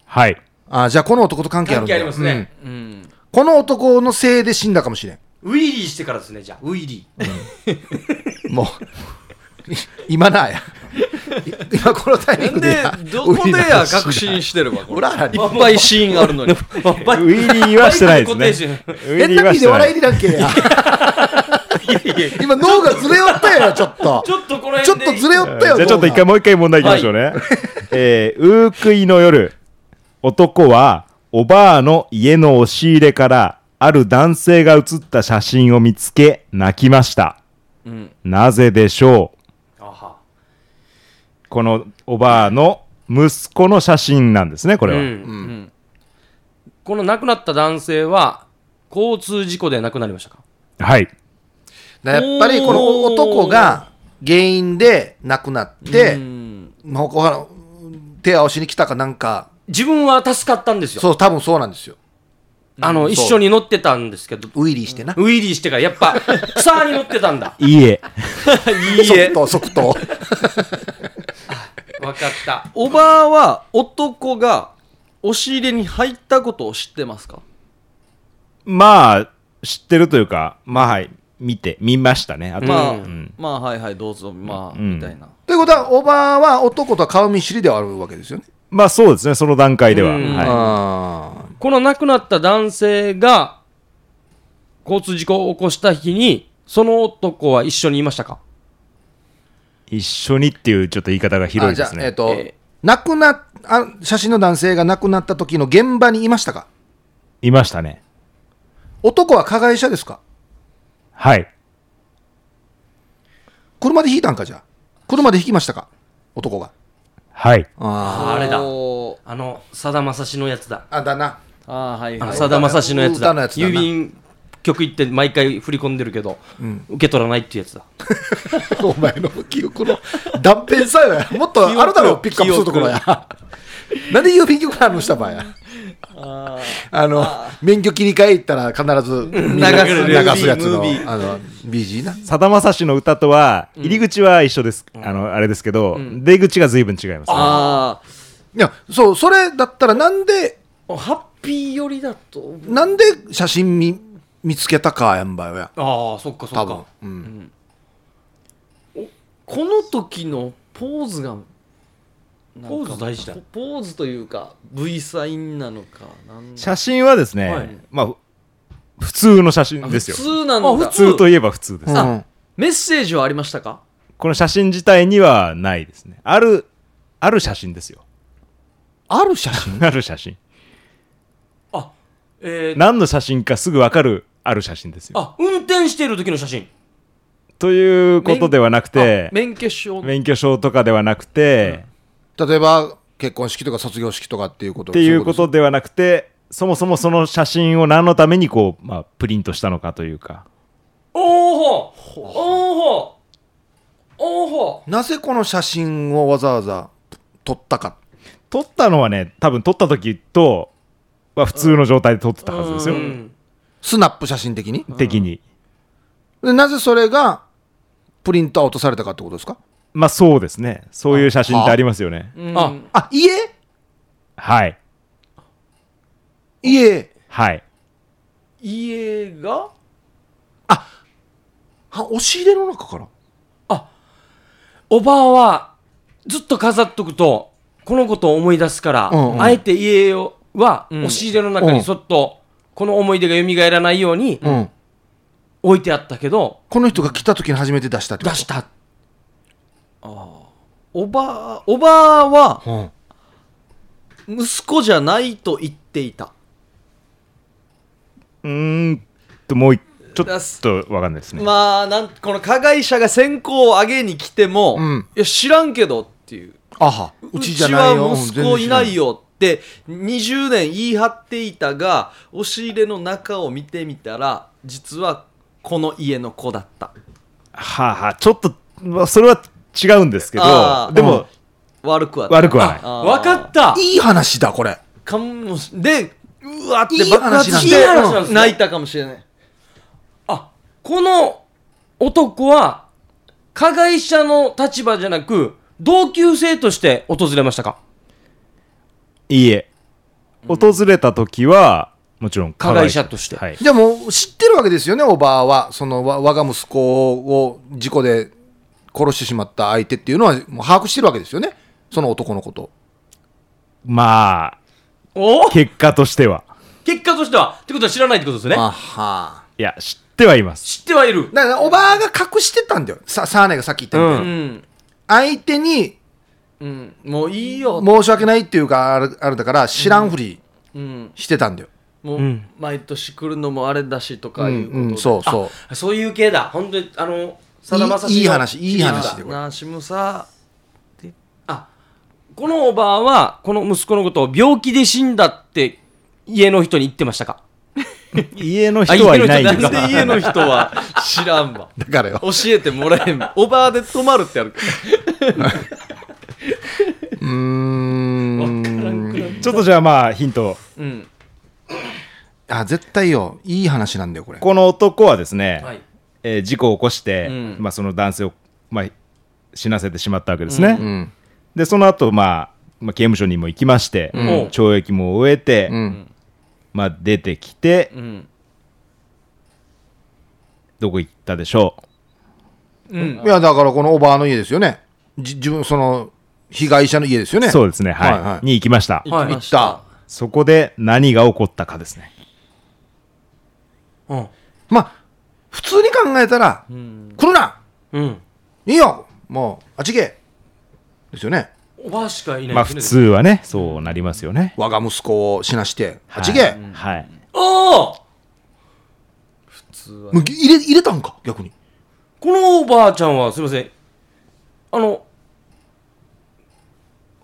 Speaker 5: はい
Speaker 3: あじゃあこの男と関係あるん
Speaker 2: 関係
Speaker 3: だ
Speaker 2: あ
Speaker 3: よ
Speaker 2: りますね、
Speaker 3: うんこの男のせいで死んだかもしれん
Speaker 2: ウィリーしてからですね、じゃあ、ウィリー。
Speaker 3: もう、い 今なや。い今このタイミングでや。
Speaker 1: なんで、 どこでや確信してるわ、これ。いっぱいシーンあるの に。
Speaker 2: まあバイ
Speaker 5: ウィリーはしてないです
Speaker 2: バイクの固定
Speaker 5: ね。
Speaker 2: 手
Speaker 5: ウィ
Speaker 3: 変
Speaker 5: リー
Speaker 3: な
Speaker 5: は
Speaker 3: 気
Speaker 5: し
Speaker 3: で
Speaker 5: てな
Speaker 3: 笑い
Speaker 5: い。
Speaker 3: になんけや。今脳がずれ寄ったよ、ちょっと。
Speaker 2: ちょっとこれ、
Speaker 3: ちょっとずれ寄ったよ。
Speaker 5: じゃあちょっと一回
Speaker 3: も
Speaker 5: もう一回問題いきましょうね。 えー、ウークイの夜、男はおばあの家の押し入れからある男性が写った写真を見つけ泣きました。なぜでしょう
Speaker 2: あは
Speaker 5: このおばあの息子の写真なんですね、これ
Speaker 2: う
Speaker 5: は。
Speaker 2: んうんこの亡くなった男性は、交通事故で亡くなりましたか
Speaker 5: はい。
Speaker 3: やっぱりこの男が原因で亡くなって、まあ他の手合わしに来たかなんか、
Speaker 2: 自分は助かったんですよ。
Speaker 3: そう、多分そうなんですよ。
Speaker 2: あの、
Speaker 3: うん
Speaker 2: 一
Speaker 3: そう
Speaker 2: 緒に乗ってたんですけど、
Speaker 3: ウィリーしてな。
Speaker 2: ウィリーしてから、やっ ぱ、草に乗ってたんだ。
Speaker 5: いいえ。
Speaker 2: いいえ
Speaker 3: 即。答、即答。
Speaker 2: わかった。
Speaker 1: おばあは男が押し入れに入ったことを知ってますか
Speaker 5: まあ、知ってるというか、まあはい、見て、見ましたね。あと、
Speaker 1: まあ、
Speaker 5: うん
Speaker 1: まあはいはいどうぞまあ、
Speaker 5: うん
Speaker 1: みたいな
Speaker 3: ということは、おばあは男とは顔見知りではあるわけですよね。
Speaker 5: まあそうですね、その段階では。
Speaker 2: うん
Speaker 5: はい
Speaker 3: あ
Speaker 2: この亡くなった男性が、交通事故を起こした日に、その男は一緒にいましたか
Speaker 5: 一緒にっていうちょっと言い方が
Speaker 3: ー
Speaker 5: 広
Speaker 3: あ
Speaker 5: いで
Speaker 3: じゃ
Speaker 5: す
Speaker 3: あ、
Speaker 5: ね。
Speaker 3: えっ、と、
Speaker 2: え
Speaker 3: 亡くなあ、写真の男性が亡くなった時の現場にいましたか
Speaker 5: いましたね。
Speaker 3: 男は加害者ですか
Speaker 5: はい。
Speaker 3: 車で引いたんかじゃあ。車で引きましたか男が。
Speaker 5: はい。
Speaker 3: あ
Speaker 2: あれだ。
Speaker 1: おー
Speaker 2: あの、さだまさしのやつだ。
Speaker 3: あ。あ、だな。
Speaker 1: あーはい
Speaker 2: あの
Speaker 1: はい
Speaker 2: さだまさしのやつだ
Speaker 3: 歌のやつだな
Speaker 2: 郵便局行って毎回振り込んでるけど、受け取らないっていうやつだ
Speaker 3: お前の記憶の断片さよや。もっとあるだろ、ピックアップするところや。 なんで郵便局からのしたばや。あの、免許切り替え行ったら必ず流
Speaker 1: 流れる
Speaker 3: 流すやつ
Speaker 1: ム
Speaker 3: の
Speaker 1: ービ、ー
Speaker 3: あの、BG な。
Speaker 5: さだまさしの歌とは、入り口は一緒です。あの、あれですけど、出口が随分違います、ね。
Speaker 1: あ
Speaker 3: いや、そう、それだったらなんで、
Speaker 1: あハッピー寄りだと
Speaker 3: なんで写真見見つけたかやんばよや。
Speaker 2: ああそっかそ
Speaker 3: 多
Speaker 2: っ
Speaker 3: 分
Speaker 2: か。
Speaker 3: うん。
Speaker 1: この時のポーズがなんか
Speaker 2: ポーズ大事だ
Speaker 1: ポポーズというか V サインなのかなん
Speaker 5: 写真はですね、
Speaker 1: はい
Speaker 5: まあ、ふ普通の写真
Speaker 1: あ
Speaker 5: ですよ。
Speaker 1: 普
Speaker 5: 普
Speaker 1: 通なんだ
Speaker 2: あ普
Speaker 5: 通といえば普通で
Speaker 3: う
Speaker 5: す。
Speaker 3: ん
Speaker 1: メッセージはありましたか
Speaker 5: この写真自体にはないですね。ある、ある写真ですよ。
Speaker 3: ある写真
Speaker 5: ある写真。
Speaker 2: あえー、
Speaker 5: 何の写真かすぐわかる、ある写真ですよ。
Speaker 2: あ運転している時の写真
Speaker 5: ということではなくて、
Speaker 1: 免許証
Speaker 5: 免許証とかではなくて、
Speaker 3: 例えば、結婚式とか卒業式とかっていうこと
Speaker 5: っていうこ
Speaker 3: そ
Speaker 5: とではなくて、そもそもその写真を何のためにこう、まあ、プリントしたのかというか。
Speaker 2: おおほおおほおおほ
Speaker 3: なぜこの写真をわざわざ撮ったか。
Speaker 5: 撮ったのはね、多分撮った時とは普通の状態で撮ってたはずですよ。
Speaker 2: うん
Speaker 3: スナップ写真的に。
Speaker 5: 的に。
Speaker 3: でなぜそれがプリントアウトされたかってことですか
Speaker 5: まあそうですね。そういう写真ってありますよね。
Speaker 2: あ
Speaker 3: あ家
Speaker 5: はい。
Speaker 3: 家
Speaker 5: はい。
Speaker 1: 家が
Speaker 3: あ押し入れの中から
Speaker 2: おばあはずっと飾っとくとこのことを思い出すから、
Speaker 3: うんうん
Speaker 2: あえて家をは、押し入れの中にそっと、この思い出が蘇らないように
Speaker 3: うん、
Speaker 2: 置いてあったけど、
Speaker 3: この人が来た時に初めて出したってこと
Speaker 2: 出した
Speaker 1: おばあおばあは
Speaker 3: うん
Speaker 1: 息子じゃないと言っていた、
Speaker 5: うーんと、もうい、ちょっ
Speaker 1: 出す
Speaker 5: とわかんないですね。
Speaker 1: まあなんこの加害者が先行を上げに来ても、
Speaker 3: うん
Speaker 1: いや知らんけどっていう
Speaker 3: あはうちじゃないよ
Speaker 1: うちは息子いない
Speaker 3: よ
Speaker 1: よって20年言い張っていたが押し入れの中を見てみたら実はこの家の子だった
Speaker 5: はあはあ、ちょっと、まあ、それは違うんですけ
Speaker 1: あ
Speaker 5: ど、
Speaker 1: ー
Speaker 5: でも、
Speaker 1: 悪くはない
Speaker 5: 悪くはない。
Speaker 1: あー
Speaker 2: 分かった
Speaker 3: いい話だこれ
Speaker 1: かもしでうわって
Speaker 3: いい
Speaker 1: 爆発
Speaker 3: 話なん
Speaker 1: し
Speaker 3: だ
Speaker 2: いい話なんです
Speaker 1: て
Speaker 2: ね
Speaker 1: 泣いたかもしれない
Speaker 2: あこの男は加害者の立場じゃなく同級生として訪れましたか
Speaker 5: いいえ。訪れた時は、もちろん
Speaker 2: 加害者として
Speaker 5: はい、
Speaker 3: じゃあもう知ってるわけですよね、おばあは。そのわ我が息子を事故で殺してしまった相手っていうのはもう把握してるわけですよね。その男のこと。
Speaker 5: ま
Speaker 2: お
Speaker 5: あ結果としては
Speaker 2: 結果としてはってことは知らないってことですよね
Speaker 3: あはい
Speaker 5: や知ってはいます
Speaker 2: 知ってはいる
Speaker 3: ー。だからおばあが隠してたんだよ。さ、サーネがさっき言ったみたいに。
Speaker 2: う
Speaker 1: うん
Speaker 3: 相手に
Speaker 1: うんもういいよ
Speaker 3: 申し訳ないっていうか、あるあるだから知らんふり
Speaker 1: うん
Speaker 3: してたんだよ。
Speaker 1: もう、
Speaker 2: ん
Speaker 1: 毎年来るのもあれだしと
Speaker 3: う
Speaker 1: かい
Speaker 3: ん
Speaker 1: う、こと
Speaker 3: うん、そうそう。
Speaker 2: あそういう系だ本当にあのさだまさし
Speaker 3: い
Speaker 2: の
Speaker 3: いいい話、いい話でこれ。
Speaker 1: なあしむさ
Speaker 2: あこのおばあはこの息子のことを病気で死んだって家の人に言ってましたか
Speaker 5: 家の人はいないん
Speaker 2: あ
Speaker 5: で
Speaker 1: なん
Speaker 5: す
Speaker 1: で家の人は知らんわ
Speaker 3: だからよ。
Speaker 1: 教えてもらえんおばあで泊まるってあるか
Speaker 3: うーん。
Speaker 5: ちょっとじゃあまあヒント
Speaker 1: らうん
Speaker 3: あ、絶対よ。いい話なんだよ、これ。
Speaker 5: この男はですね、
Speaker 2: はい
Speaker 5: えー事故を起こして、
Speaker 1: ん
Speaker 5: まあ、その男性を、まあ、死なせてしまったわけですね、
Speaker 3: うん。
Speaker 5: でその後、まあまあ刑務所にも行きまして、
Speaker 2: ん
Speaker 5: 懲役も終えて、
Speaker 3: うん。
Speaker 5: まあ、出てきて、
Speaker 1: うん
Speaker 5: どこ行ったでしょう
Speaker 1: うん
Speaker 3: いや、だからこのおばあの家ですよね。じ自分、その、被害者の家ですよね。
Speaker 5: そうですねはい、
Speaker 3: はいはい
Speaker 5: に行きました
Speaker 2: はい
Speaker 1: 行き
Speaker 3: 行
Speaker 1: ま
Speaker 3: っ
Speaker 1: した
Speaker 3: た。
Speaker 5: そこで何が起こったかですね
Speaker 2: うん
Speaker 3: まあ、普通に考えたら、来るな
Speaker 2: うん
Speaker 3: いいよもう、あっち行けですよね。
Speaker 2: おばあしかいない
Speaker 5: まあ普通はねそうなりますよね
Speaker 3: 我が息子を死なして、あっち行
Speaker 5: はい
Speaker 3: け
Speaker 5: は
Speaker 2: あ
Speaker 5: い
Speaker 2: あ
Speaker 3: もう入れ入れたんか逆に。
Speaker 2: このおばあちゃんはすいませんあの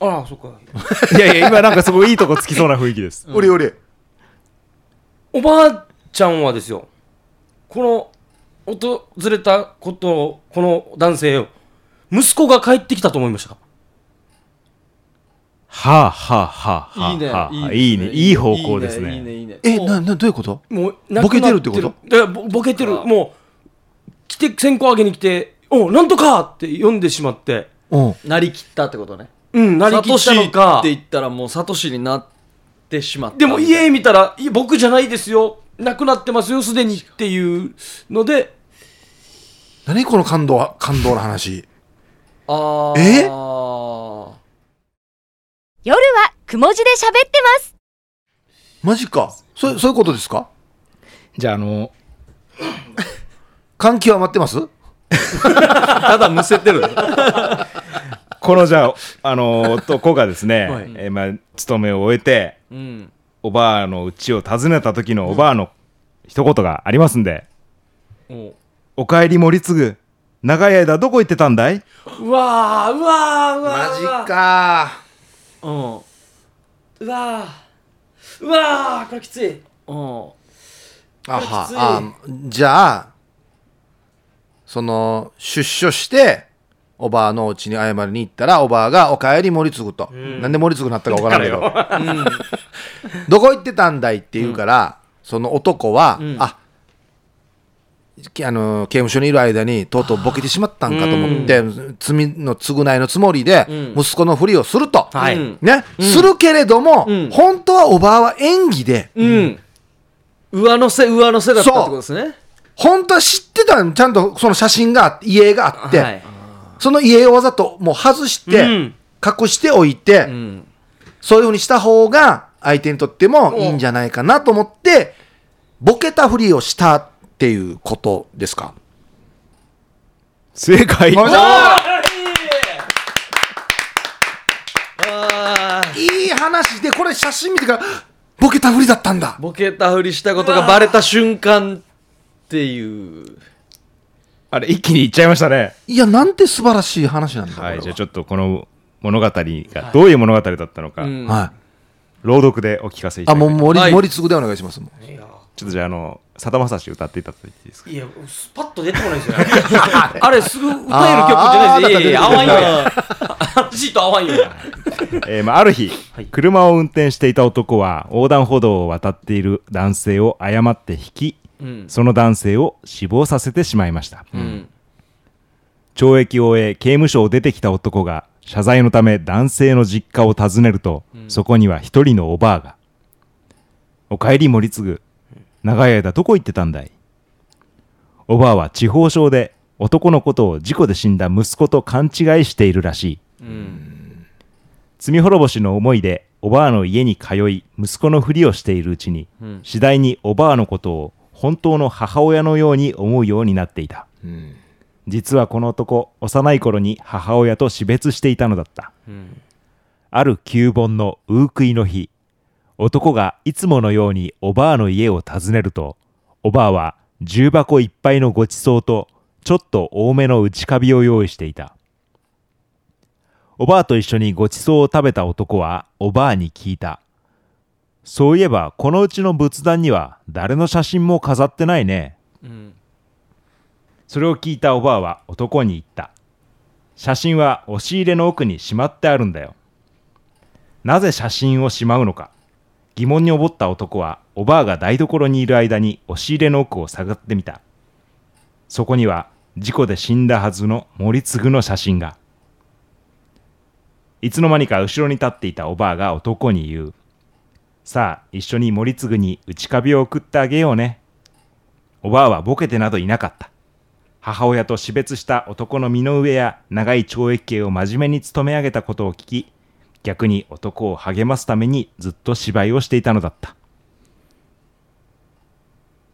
Speaker 2: ああそっか
Speaker 5: いやいや今なんかすごいいいとこつきそうな雰囲気です
Speaker 3: 俺俺。
Speaker 2: おばあちゃんはですよこの訪れたことをこの男性を息子が帰ってきたと思いましたか
Speaker 5: はあはあはあはあ
Speaker 1: いいね
Speaker 5: はあはあいいねいい方向ですね
Speaker 1: いいねいいね
Speaker 3: え、な、な、どういうこと
Speaker 2: もうなくな
Speaker 3: ボケてるってこと
Speaker 2: いやぼボケてる
Speaker 1: あ
Speaker 2: もう来て線香あげに来て「おなんとか!」って読んでしまって
Speaker 3: うん。
Speaker 1: なりきったってことね
Speaker 2: うんなりきったのか
Speaker 1: サトシって言ったらもうサトシになってしまった
Speaker 2: でも
Speaker 1: みたいな
Speaker 2: 家見たらい「僕じゃないですよ亡くなってますよすでに」っていうので
Speaker 3: 何この感動は、感動の話。
Speaker 1: あー
Speaker 3: え
Speaker 4: 夜はくも字で喋ってます。
Speaker 3: マジか。そ、そういうことですか
Speaker 5: じゃああの
Speaker 3: 感極まってます
Speaker 1: ただむせてる
Speaker 5: このじゃあ、あの男がです ね、
Speaker 2: はい
Speaker 5: えーまあ、勤めを終えて
Speaker 1: うん
Speaker 5: おばあの家を訪ねた時のおばあの一言がありますんで
Speaker 1: お
Speaker 5: 「おかえり森次長い間どこ行ってたんだいう
Speaker 2: わーうわーうわーうわー
Speaker 3: か。
Speaker 1: うん
Speaker 2: うわーうわーこれきつい
Speaker 1: うん
Speaker 3: あ
Speaker 2: きつい
Speaker 3: はあじゃあその出所しておばあのお家に謝りに行ったらおばあが「おかえり森次」と、なんで森次になったか分からんけど「どこ行ってたんだい?」って言うから、その男は「あきあの刑務所にいる間にとうとうボケてしまったんかと思って、罪の償いのつもりで、息子のふりをすると、
Speaker 2: はい
Speaker 3: ねするけれども、
Speaker 1: ん
Speaker 3: 本当はおばあは演技で、
Speaker 1: うん上乗せ上乗せだったってことですね
Speaker 3: 本当は知ってたのちゃんとその写真があって、家があって、
Speaker 1: はい
Speaker 3: その家をわざともう外して、
Speaker 2: うん
Speaker 3: 隠しておいて、
Speaker 1: うん
Speaker 3: そういうふうにした方が相手にとってもいいんじゃないかなと思って、ボケたふりをしたっていうことですか。
Speaker 5: 正解
Speaker 3: ごめんなさ
Speaker 1: あー
Speaker 3: いいい話で、これ写真見てから、ボケたふりだったんだ。
Speaker 1: ボケたふりしたことがバレた瞬間っていう
Speaker 5: あれ一気にいっちゃいましたね
Speaker 3: いや、なんて素晴らしい話なんだ、
Speaker 5: はいじゃあ
Speaker 3: ょ
Speaker 5: ちょっとこの物語がどういう物語だったのか、
Speaker 1: ん
Speaker 3: はい。
Speaker 5: 朗読でお聞かせいた
Speaker 3: あ、
Speaker 5: だいて
Speaker 3: もう森、
Speaker 1: はい
Speaker 3: 森次でお願いします。もう
Speaker 2: いや
Speaker 5: ちょっとじゃああのさだまさし歌っていただいていいですか
Speaker 2: いやスパッと出てこないんですよねあれすぐ歌える曲じゃないですよいやいや合わんよや話と合わんよや
Speaker 5: えーまあ、ある日、車を運転していた男は横断歩道を渡っている男性を誤って引き、その男性を死亡させてしまいました、
Speaker 1: ん
Speaker 5: 懲役を終え刑務所を出てきた男が謝罪のため男性の実家を訪ねると、そこには一人のおばあがおかえり森次長い間どこ行ってたんだいおばあは地方症で男のことを事故で死んだ息子と勘違いしているらしい罪滅ぼしの思いでおばあの家に通い息子のふりをしているうちに、次第におばあのことを本当の母親のように思うようになっていた、実はこの男幼い頃に母親と死別していたのだった、ある旧盆のウークイの日男がいつものようにおばあの家を訪ねるとおばあは重箱いっぱいのごちそうとちょっと多めの内カビを用意していたおばあと一緒にごちそうを食べた男はおばあに聞いた。そういえばこのうちの仏壇には誰の写真も飾ってないね。それを聞いたおばあは男に言った。写真は押し入れの奥にしまってあるんだよ。なぜ写真をしまうのか。疑問に思った男はおばあが台所にいる間に押し入れの奥を探ってみた。そこには事故で死んだはずの森次の写真が。いつの間にか後ろに立っていたおばあが男に言う。さあ、一緒に森次に内カビを送ってあげようね。おばあはボケてなどいなかった。母親と死別した男の身の上や長い懲役刑を真面目に務め上げたことを聞き、逆に男を励ますためにずっと芝居をしていたのだった。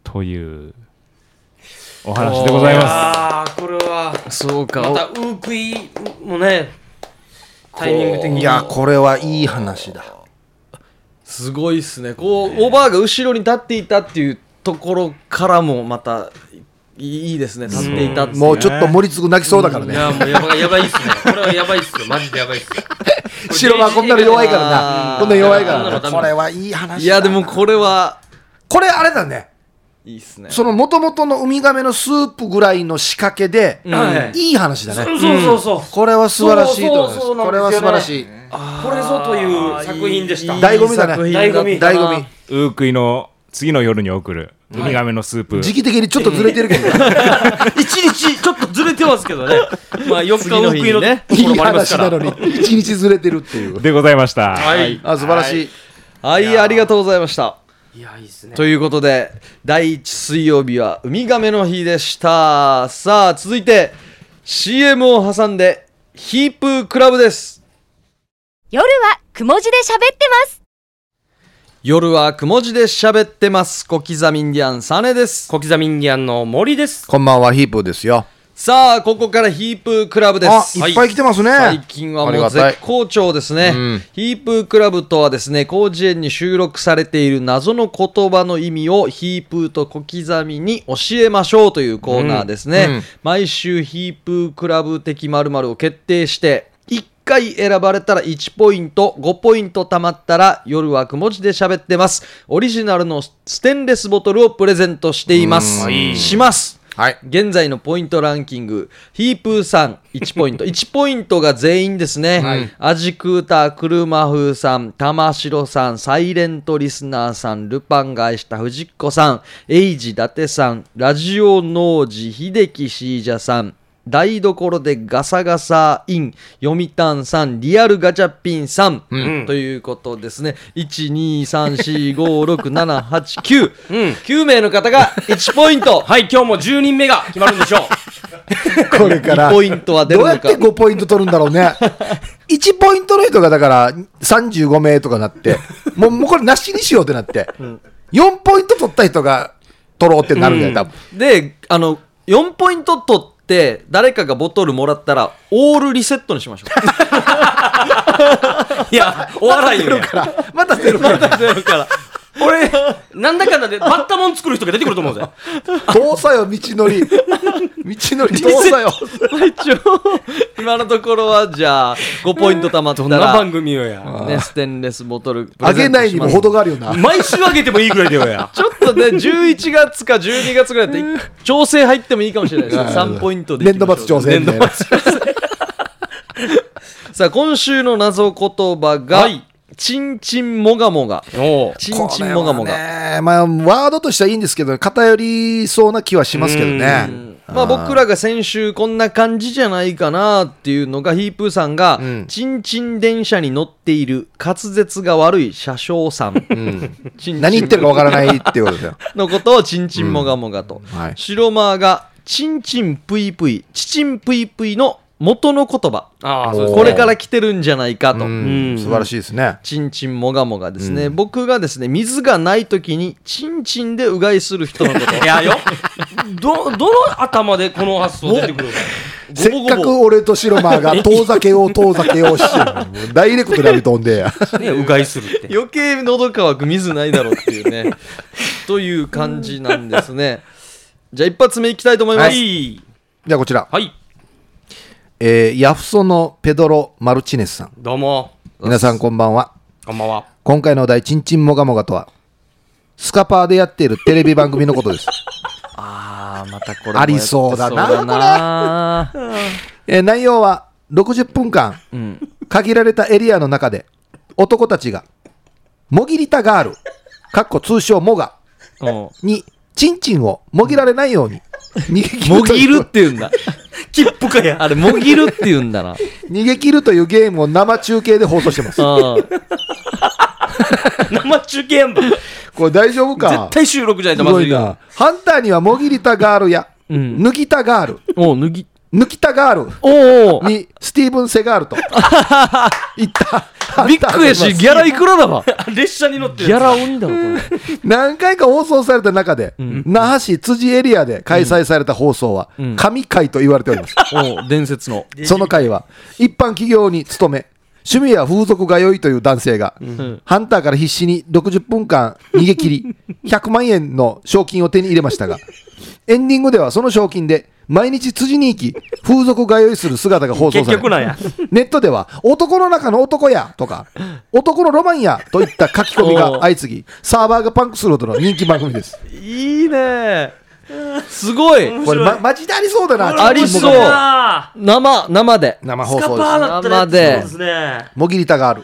Speaker 5: というお話でございます。
Speaker 2: ああ、これは、
Speaker 1: そうか
Speaker 2: また、ウークイもね、タイミング的に。
Speaker 3: いや、これはいい話だ。
Speaker 1: すごいっすねこう、おばあが後ろに立っていたっていうところからもまたいいいですね立っていたっていう
Speaker 3: もうちょっと森次泣きそうだからね
Speaker 2: い。や、もうやばいやばいっすね。これはやばいっすよ。マジでやばいっすよ。
Speaker 3: 白はこんなの弱いから
Speaker 1: あ
Speaker 3: な。
Speaker 1: ー
Speaker 3: こんなの弱いか
Speaker 2: こんな
Speaker 3: らな。
Speaker 2: のダメ
Speaker 3: これはいい話だな。
Speaker 1: いやでもこれは
Speaker 3: これあれだね。
Speaker 1: いいっすね
Speaker 3: その元々のウミガメのスープぐらいの仕掛けで、
Speaker 2: はい
Speaker 3: いい話だ
Speaker 2: そう
Speaker 3: ね。
Speaker 2: そうそうそう。
Speaker 3: これは素晴らしいと思いま
Speaker 2: そうそうそう
Speaker 3: す。
Speaker 2: なん
Speaker 3: これは
Speaker 2: です
Speaker 3: 素
Speaker 2: よね
Speaker 3: 晴らしい。
Speaker 2: これぞという作品でした。
Speaker 1: いい
Speaker 3: 醍醐味
Speaker 1: 作品った
Speaker 3: だね
Speaker 1: な
Speaker 2: 醍醐味
Speaker 3: 醍醐味。
Speaker 5: ウークイの次の夜に送るウミガメのスープ、
Speaker 3: 時期的にちょっとずれてるけ ど、
Speaker 2: 一日ちょっとずれてますけどね。まあ、4日
Speaker 1: 次の
Speaker 2: ウ
Speaker 1: 日に
Speaker 2: ークイの
Speaker 1: ね
Speaker 2: と
Speaker 3: い
Speaker 2: ころ
Speaker 3: い
Speaker 2: もあります
Speaker 3: 話
Speaker 2: か
Speaker 3: な
Speaker 2: ら
Speaker 3: の。に、一日ずれてるっていう。
Speaker 5: でございました。
Speaker 2: はい。
Speaker 3: あ、素晴らしい。
Speaker 1: はいありがとうございました
Speaker 2: いや、いいっすね。
Speaker 1: ということで第1水曜日はウミガメの日でしたさあ続いて CM を挟んでヒープークラブです
Speaker 4: 夜はくも字で喋ってます。
Speaker 1: 夜はくも字で喋ってます小刻みインディアンサネです
Speaker 2: 小刻みインディアンの森です。
Speaker 3: こんばんは、ヒープーですよ。
Speaker 1: さあここからヒープークラブで
Speaker 3: あ、
Speaker 1: す
Speaker 3: いっぱい来てますね。
Speaker 1: 最近は
Speaker 3: あり
Speaker 1: もう
Speaker 3: がたい
Speaker 1: 絶好調ですね、
Speaker 3: うん
Speaker 1: ヒープークラブとはですね広辞苑に収録されている謎の言葉の意味をヒープーと小刻みに教えましょうというコーナーですね、
Speaker 3: うんうん
Speaker 1: 毎週ヒープークラブ的〇〇を決定して1回選ばれたら1ポイント5ポイント貯まったら夜はくも字で喋ってますオリジナルのステンレスボトルをプレゼントしていますします
Speaker 3: はい。
Speaker 1: 現在のポイントランキング、ヒープーさん1ポイン ト、1ポイントが全員ですね、アジクーター、クルマフーさん、玉城さん、サイレントリスナーさん、ルパンが愛した藤子さん、エイジ伊達さん、ラジオ農事、秀樹シージャさん、台所でガサガサイン、読谷さん、リアルガチャピンさん、ということですね。1、2、3、4、5、6、7、8、9。9名の方が1ポイント。
Speaker 2: はい、今日も10人目が決まるんでし ょう。
Speaker 3: これから。
Speaker 1: 2ポイントは出るのか
Speaker 3: どうやって5ポイント取るんだろ うね。1ポイントの人がだから35名とかなって、もうもうこれなしにしようってなって、4ポイント取った人が取ろうってなるんだよ、多分。
Speaker 1: であの4ポイント取って誰かがボトルもらったらオールリセットにしましょう
Speaker 2: いや、お笑いよ、ね。
Speaker 3: また出るから、
Speaker 2: だから、俺、なんだかんだで、バッタモン作る人が出てくると思うぜ。
Speaker 3: 遠さよ、道のり。道のり、遠さよ。
Speaker 1: 一応今のところはじゃあ5ポイント貯まった
Speaker 2: こんな番
Speaker 1: ら、
Speaker 2: 組よや。
Speaker 1: ね、ステンレスボトルプ
Speaker 3: あ
Speaker 1: レゼ
Speaker 3: げ
Speaker 1: ント
Speaker 3: ない
Speaker 1: し
Speaker 3: に
Speaker 1: ま
Speaker 3: も
Speaker 1: す
Speaker 3: 程があるよな。
Speaker 2: 毎週あげてもいいぐらいだよや。
Speaker 1: ちょっとね11月か12月ぐらいだって調整入ってもいいかもしれないですね3ポイントでい
Speaker 3: 年
Speaker 1: きましょ
Speaker 3: 度
Speaker 1: う
Speaker 3: 末挑戦みたいな。
Speaker 1: さあ今週の謎言葉が、
Speaker 2: はい
Speaker 1: チンチンモガモガ
Speaker 2: おう。
Speaker 1: チンチンモガモ
Speaker 3: これ
Speaker 1: ガ
Speaker 3: はねまあ、ワードとしてはいいんですけど、偏りそうな気はしますけどね。
Speaker 1: まあ、僕らが先週こんな感じじゃないかなっていうのがヒープーさんが、
Speaker 3: ん
Speaker 1: ちんちん電車に乗っている滑舌が悪い車掌さん、ちんちん
Speaker 3: 何言ってるかわからないっていうことだよ。
Speaker 1: のこと をちんちんもがもがと、
Speaker 3: はい
Speaker 1: 白間がちんちんぷいぷいちちんぷいぷいの元の言葉
Speaker 2: ああ、そうですね
Speaker 1: これから来てるんじゃないかと、
Speaker 3: うん素晴らしいですね。
Speaker 1: ちんちんもがもがですね、僕がですね水がない時にちんちんでうがいする人のこと
Speaker 2: いやよ、ど、どの頭でこの発想出てくる
Speaker 3: せ
Speaker 2: の
Speaker 3: っかく俺と白間が遠ざけを遠ざけをしてるダイレクトに浴び飛んで や。
Speaker 2: く、ね、うがいするって。
Speaker 1: 余計喉乾く水ないだろうっていうねという感じなんですねじゃあ一発目いきたいと思います、
Speaker 2: はい。
Speaker 3: じゃあこちら、
Speaker 2: はい。
Speaker 3: えーヤフソのペドロ・マルチネスさん。
Speaker 2: どうも。
Speaker 3: 皆さんこんばんは。
Speaker 2: こんばんは。
Speaker 3: 今回のお題、ちんちんもがもがとは、スカパーでやっているテレビ番組 のことです。
Speaker 1: ああまたこれ
Speaker 3: もありそうだなやってそうだ
Speaker 1: な
Speaker 3: えー内容は60分間、限られたエリアの中で男たちがもぎりたガールかっこ通称もがにチンチンをもぎられないように逃げ切る
Speaker 1: も
Speaker 3: と
Speaker 1: ぎ
Speaker 3: いう
Speaker 1: るって言うんだ
Speaker 2: 切符かや。
Speaker 1: あれもぎるって言うんだな
Speaker 3: 逃げ切るというゲームを生中継で放送してます
Speaker 1: あ
Speaker 2: 生中継やんば。絶
Speaker 3: これ大丈夫か
Speaker 2: 対収録じゃな
Speaker 3: す
Speaker 2: いとま
Speaker 3: ご
Speaker 2: ずい
Speaker 3: い
Speaker 2: よ
Speaker 3: な。ハンターにはもぎりたガールや、
Speaker 1: ん
Speaker 3: 脱ぎたガール
Speaker 1: おう脱ぎ
Speaker 3: 抜きたガール
Speaker 1: おうおう
Speaker 3: にスティーブン・セガ ールと言った
Speaker 1: ビッグやしギャラいくらだわ
Speaker 2: 列車に乗っ
Speaker 1: ギ
Speaker 2: てるや
Speaker 1: ャ
Speaker 2: つ
Speaker 1: ラ鬼だわこれ
Speaker 3: 何回か放送された中で、那覇市辻エリアで開催された放送は、神回と言われております。
Speaker 1: おう伝説の
Speaker 3: その回は、一般企業に勤め、趣味や風俗が良いという男性が、ハンターから必死に60分間逃げ切 り、100万円の賞金を手に入れましたが、エンディングではその賞金で、毎日辻に行き、風俗が酔いする姿が放送され
Speaker 2: 結局なんや。
Speaker 3: ネットでは、男の中の男やとか、男のロマンやといった書き込みが相次ぎ、サーバーがパンクするほどの人気番組です。
Speaker 1: いいねすごい
Speaker 3: これ、ま、マジでありそうだな、
Speaker 1: ありそう
Speaker 3: ちんちんもがもが
Speaker 2: あ
Speaker 1: 生生で
Speaker 3: 生
Speaker 2: ー
Speaker 3: 放
Speaker 2: スカ
Speaker 3: 送
Speaker 2: パー
Speaker 3: です。
Speaker 2: だったらやっ
Speaker 1: 生
Speaker 2: て
Speaker 1: で
Speaker 2: そうですね。
Speaker 3: もぎりたがある。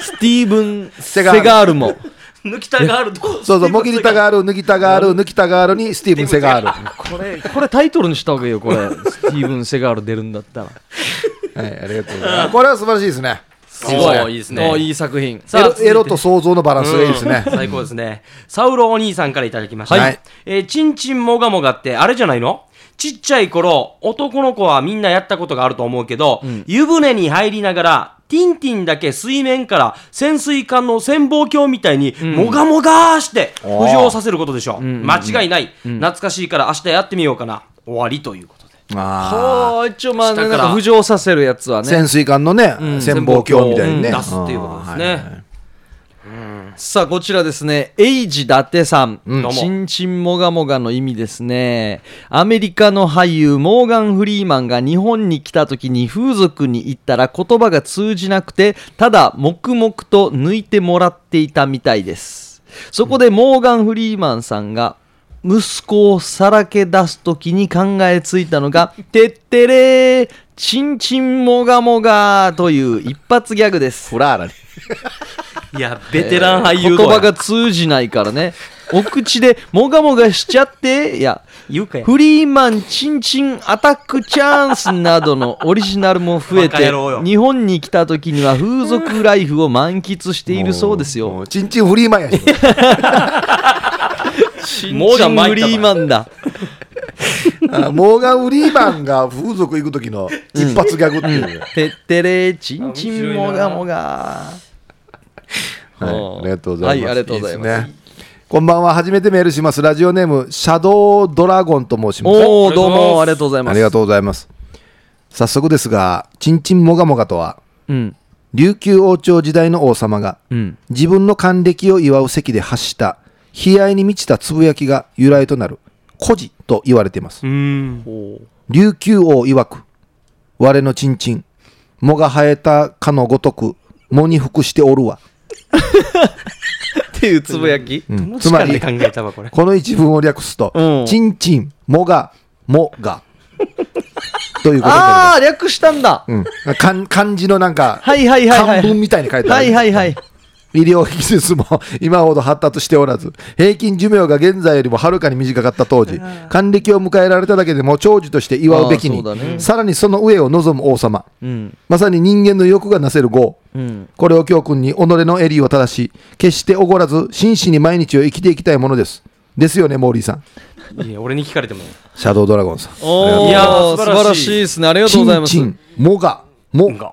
Speaker 1: スティーブン・セ
Speaker 3: ガ
Speaker 1: ガ
Speaker 3: ール
Speaker 1: ールも
Speaker 2: 抜きたがあると。
Speaker 3: そうそう、もぎりたがある、脱ぎたがある、抜きたがあるにスティーブン・セガール。
Speaker 1: これこれタイトルにした方がいいよこれスティーブン・セガール出るんだったら
Speaker 3: はい、ありがとうございます。これは素晴らしいですね。
Speaker 2: す
Speaker 1: お
Speaker 2: ご
Speaker 1: ー
Speaker 2: い。いいですね。
Speaker 1: おーいい作品
Speaker 2: さあ
Speaker 3: エロ
Speaker 2: 続いて
Speaker 3: エロと想像のバランスがいいですね。
Speaker 2: 最高ですね。サウロお兄さんからいただきました。
Speaker 3: はい
Speaker 2: えーちんちんもがもがって、あれじゃないのちっちゃい頃、男の子はみんなやったことがあると思うけど、湯船に入りながら、ティンティンだけ水面から潜水艦の潜望鏡みたいに、もがもがーして浮上させることでしょう。間違いない、懐かしいから明日やってみようかな。終わりということで。
Speaker 3: あ
Speaker 1: ああ一応まあね
Speaker 2: 下
Speaker 1: な
Speaker 2: か
Speaker 1: ん
Speaker 2: ら
Speaker 1: か浮上させるやつは
Speaker 3: ー
Speaker 1: ね
Speaker 3: 潜水艦のね、潜望鏡みたいにね。
Speaker 2: うん出すっていうことで
Speaker 3: あ
Speaker 2: すね
Speaker 3: ーはいはいはい
Speaker 1: さあこちらですねエイジ伊達さん
Speaker 2: どうも
Speaker 1: ちんちんもがもがの意味ですねアメリカの俳優モーガン・フリーマンが日本に来た時に風俗に行ったら言葉が通じなくてただ黙々と抜いてもらっていたみたいですそこでモーガン・フリーマンさんが息子をさらけ出す時に考えついたのが「てってれーちんちんもがもが」という一発ギャグです
Speaker 2: いや、 ベテラン俳
Speaker 1: 言
Speaker 2: 優だわ
Speaker 1: 葉が通じないからねお口でもがもがしちゃっていや
Speaker 2: 言うかや。
Speaker 1: フリーマンチンチンアタックチャンスなどのオリジナルも増え
Speaker 2: バカ
Speaker 1: て
Speaker 2: 野郎よ
Speaker 1: 日本に来た時には風俗ライフを満喫しているそうです
Speaker 3: も
Speaker 1: よ
Speaker 3: うちんちんフリーマン やし。
Speaker 1: チン
Speaker 2: もう
Speaker 1: チ
Speaker 2: が
Speaker 1: ン
Speaker 2: 参
Speaker 1: フ
Speaker 2: ったわ
Speaker 1: リーマンだ
Speaker 3: あモーガン・フリーマンが風俗行く時の一発ギャグっていう、はい
Speaker 1: てってれチンチンもがもが
Speaker 3: ありがとうございます。
Speaker 1: はいありがとうございます
Speaker 3: ですねこんばんは、初めてメールします。ラジオネーム、シャドウドラゴンと申します。
Speaker 1: おおどうもありがとうございます
Speaker 3: ありがとうございます。早速ですが、ちんちんもがもがとは、
Speaker 1: うん
Speaker 3: 琉球王朝時代の王様が、
Speaker 1: うん
Speaker 3: 自分の還暦を祝う席で発した、悲哀に満ちたつぶやきが由来となる、孤児と言われています。
Speaker 2: うん。
Speaker 3: 琉球王曰く、我のちんちん、藻が生えたかのごとく、藻に服しておるわ。
Speaker 1: っていうつぶやき
Speaker 3: うん
Speaker 2: つ
Speaker 3: つ
Speaker 2: ま
Speaker 3: ま
Speaker 2: り。
Speaker 3: り
Speaker 2: 考、えたわ、これ。
Speaker 3: この一文を略す
Speaker 1: う
Speaker 3: と
Speaker 1: ん、
Speaker 3: ちんちん、もが、も が、ということにな
Speaker 1: ああ略したんだ
Speaker 3: ります。うん、漢漢字のなんか、
Speaker 1: はいはいはいはい
Speaker 3: 漢文みたいに書いてあ
Speaker 1: は
Speaker 3: る。
Speaker 1: いはいはい
Speaker 3: 医療技術も今ほど発達しておらず、平均寿命が現在よりもはるかに短かった当時、還暦を迎えられただけでも長寿として祝うべきに、
Speaker 1: あーそうだね
Speaker 3: さらにその上を望む王様、
Speaker 1: うん
Speaker 3: まさに人間の欲がなせる業、
Speaker 1: うん
Speaker 3: これを教訓に己の襟を正し、決しておごらず、真摯に毎日を生きていきたいものです。ですよね、モーリーさん。
Speaker 2: いや俺に聞かれても
Speaker 3: シャドウドラゴンさん。
Speaker 1: お
Speaker 2: い
Speaker 1: い
Speaker 2: や
Speaker 1: や
Speaker 2: ー
Speaker 1: 素
Speaker 2: 素晴
Speaker 1: 晴
Speaker 2: ら
Speaker 1: ら
Speaker 2: し
Speaker 1: し
Speaker 2: い
Speaker 1: いですねありがと
Speaker 3: チ
Speaker 1: うござい
Speaker 3: ン
Speaker 1: ます
Speaker 3: チン、もが、もが、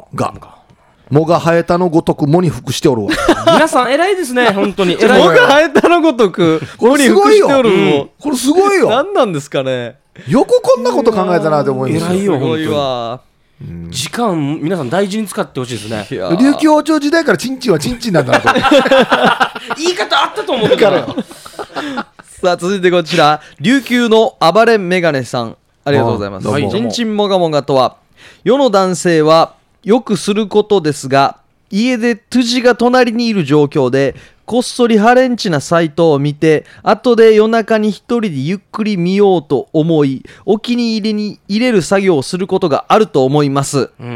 Speaker 3: もが生えたのごとく、もに服しておるわ。
Speaker 2: 皆さん偉いです ね本当に
Speaker 1: 僕
Speaker 2: 偉い
Speaker 1: が生えたのごとく
Speaker 3: こ
Speaker 1: こ
Speaker 3: れ
Speaker 1: に
Speaker 3: す
Speaker 1: 服
Speaker 3: ごい
Speaker 1: し
Speaker 3: よ。
Speaker 1: てお
Speaker 3: う
Speaker 1: る
Speaker 3: ん
Speaker 1: も
Speaker 3: これすごいよ。
Speaker 1: 何 なんですかね
Speaker 3: よくこんなこと考えたなって思います
Speaker 2: 偉い
Speaker 3: よ。
Speaker 2: よ
Speaker 1: すごいわ
Speaker 2: 時間皆さん大事に使ってほしいですね
Speaker 1: いやー
Speaker 3: 琉球王朝時代からチンチンはチンチンなんだな と思って。
Speaker 2: 言い方あったと思うけどな
Speaker 1: さあ続いてこちら琉球の暴れメガネさんありがとうございます
Speaker 3: あどうも
Speaker 1: ちんちんもがもがとは世の男性はよくすることですが家でトゥジが隣にいる状況でこっそりハレンチなサイトを見て後で夜中に一人でゆっくり見ようと思いお気に入りに入れる作業をすることがあると思います、うんうんう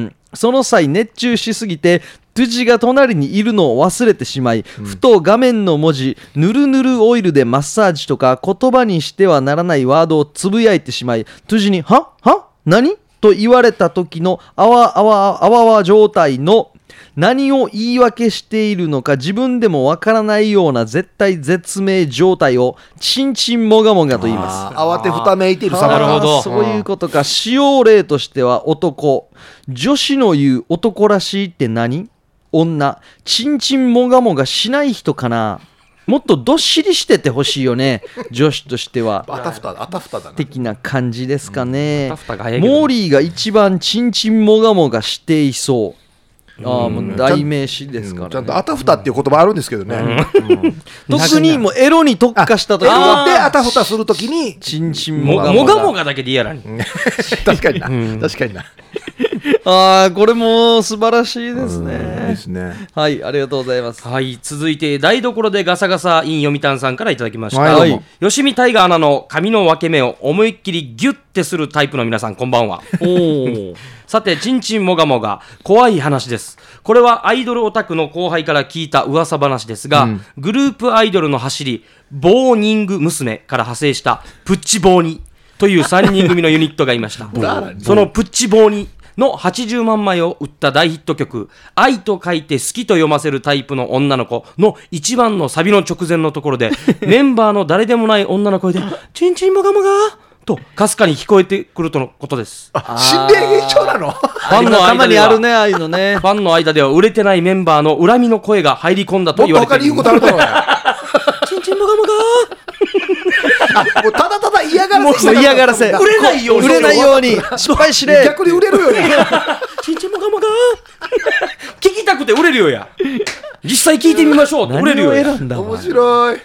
Speaker 1: んその際熱中しすぎてトゥジが隣にいるのを忘れてしまい、ふと画面の文字「ぬるぬるオイル」でマッサージとか言葉にしてはならないワードをつぶやいてしまいトゥジに「はは何?」と言われた時のあわあわあわあわ状態の何を言い訳しているのか自分でもわからないような絶対絶命状態をチンチンもがもがと言います
Speaker 3: 慌てふためいている様
Speaker 2: なるほ
Speaker 3: が。
Speaker 2: ど
Speaker 1: あーそういうことか使用例としては男女子の言う男らしいって何女ちんちんもがもがしない人かなもっとどっしりしててほしいよね女子としては
Speaker 3: あたふた、あたふただな。
Speaker 1: 的な感じですかね、
Speaker 2: うんあたふたが早いけどね
Speaker 1: モーリーが一番ちんちんもがもがしていそうああもう代名詞ですから、ね
Speaker 3: ちゃんとあたふたっていう言葉あるんですけどね。
Speaker 1: 特にもうエロに特化したと
Speaker 3: で
Speaker 1: き
Speaker 3: エロ
Speaker 1: は
Speaker 3: であたふたすると きに、
Speaker 1: ちんちんも
Speaker 2: も
Speaker 1: が
Speaker 2: が
Speaker 1: もが
Speaker 2: もがだけリアルに
Speaker 3: 確かにな。確かにな。
Speaker 1: ああこれも素晴らしいですね、
Speaker 3: うんいいですね。
Speaker 1: はい、ありがとうございます。
Speaker 2: はい続いて台所でガサガサイン読谷さんからいただきました、
Speaker 3: はい
Speaker 1: どうも
Speaker 2: 吉見大河アナの髪の分け目を思いっきりギュッてするタイプの皆さんこんばんは
Speaker 1: おお。
Speaker 2: さて、ちんちんもがもが、怖い話です。これはアイドルオタクの後輩から聞いた噂話ですが、グループアイドルの走り、ボーニング娘。から派生した、プッチボーニという3人組のユニットがいました。そのプッチボーニの80万枚を売った大ヒット曲、愛と書いて好きと読ませるタイプの女の子の一番のサビの直前のところで、メンバーの誰でもない女の声で、ちんちんもがもがと、かすかに聞こえてくるとのことです。
Speaker 3: 心霊現象なの
Speaker 2: ファン
Speaker 1: た
Speaker 2: の
Speaker 1: ま
Speaker 2: 間で
Speaker 1: にあ
Speaker 2: は
Speaker 1: るね、ああいうの ね
Speaker 2: フ。ァンの間では売れてないメンバーの恨みの声が入り込んだと
Speaker 3: もっ
Speaker 2: 言
Speaker 3: と
Speaker 2: われて
Speaker 3: 他
Speaker 2: い
Speaker 3: に言う
Speaker 2: る
Speaker 3: ことあるだろうや。
Speaker 2: ちんちんもがもが
Speaker 3: もうただただ嫌がらせし
Speaker 1: もう
Speaker 3: たから
Speaker 1: 嫌がら せ。
Speaker 2: 売れないように
Speaker 1: 売れないように。失敗しれ。
Speaker 3: 逆に売れるよね。
Speaker 2: ちんちんもがもが 聞きたくて売れるよや実際聞いてみましょうって売れるよや
Speaker 1: 選んだ
Speaker 3: 面白い。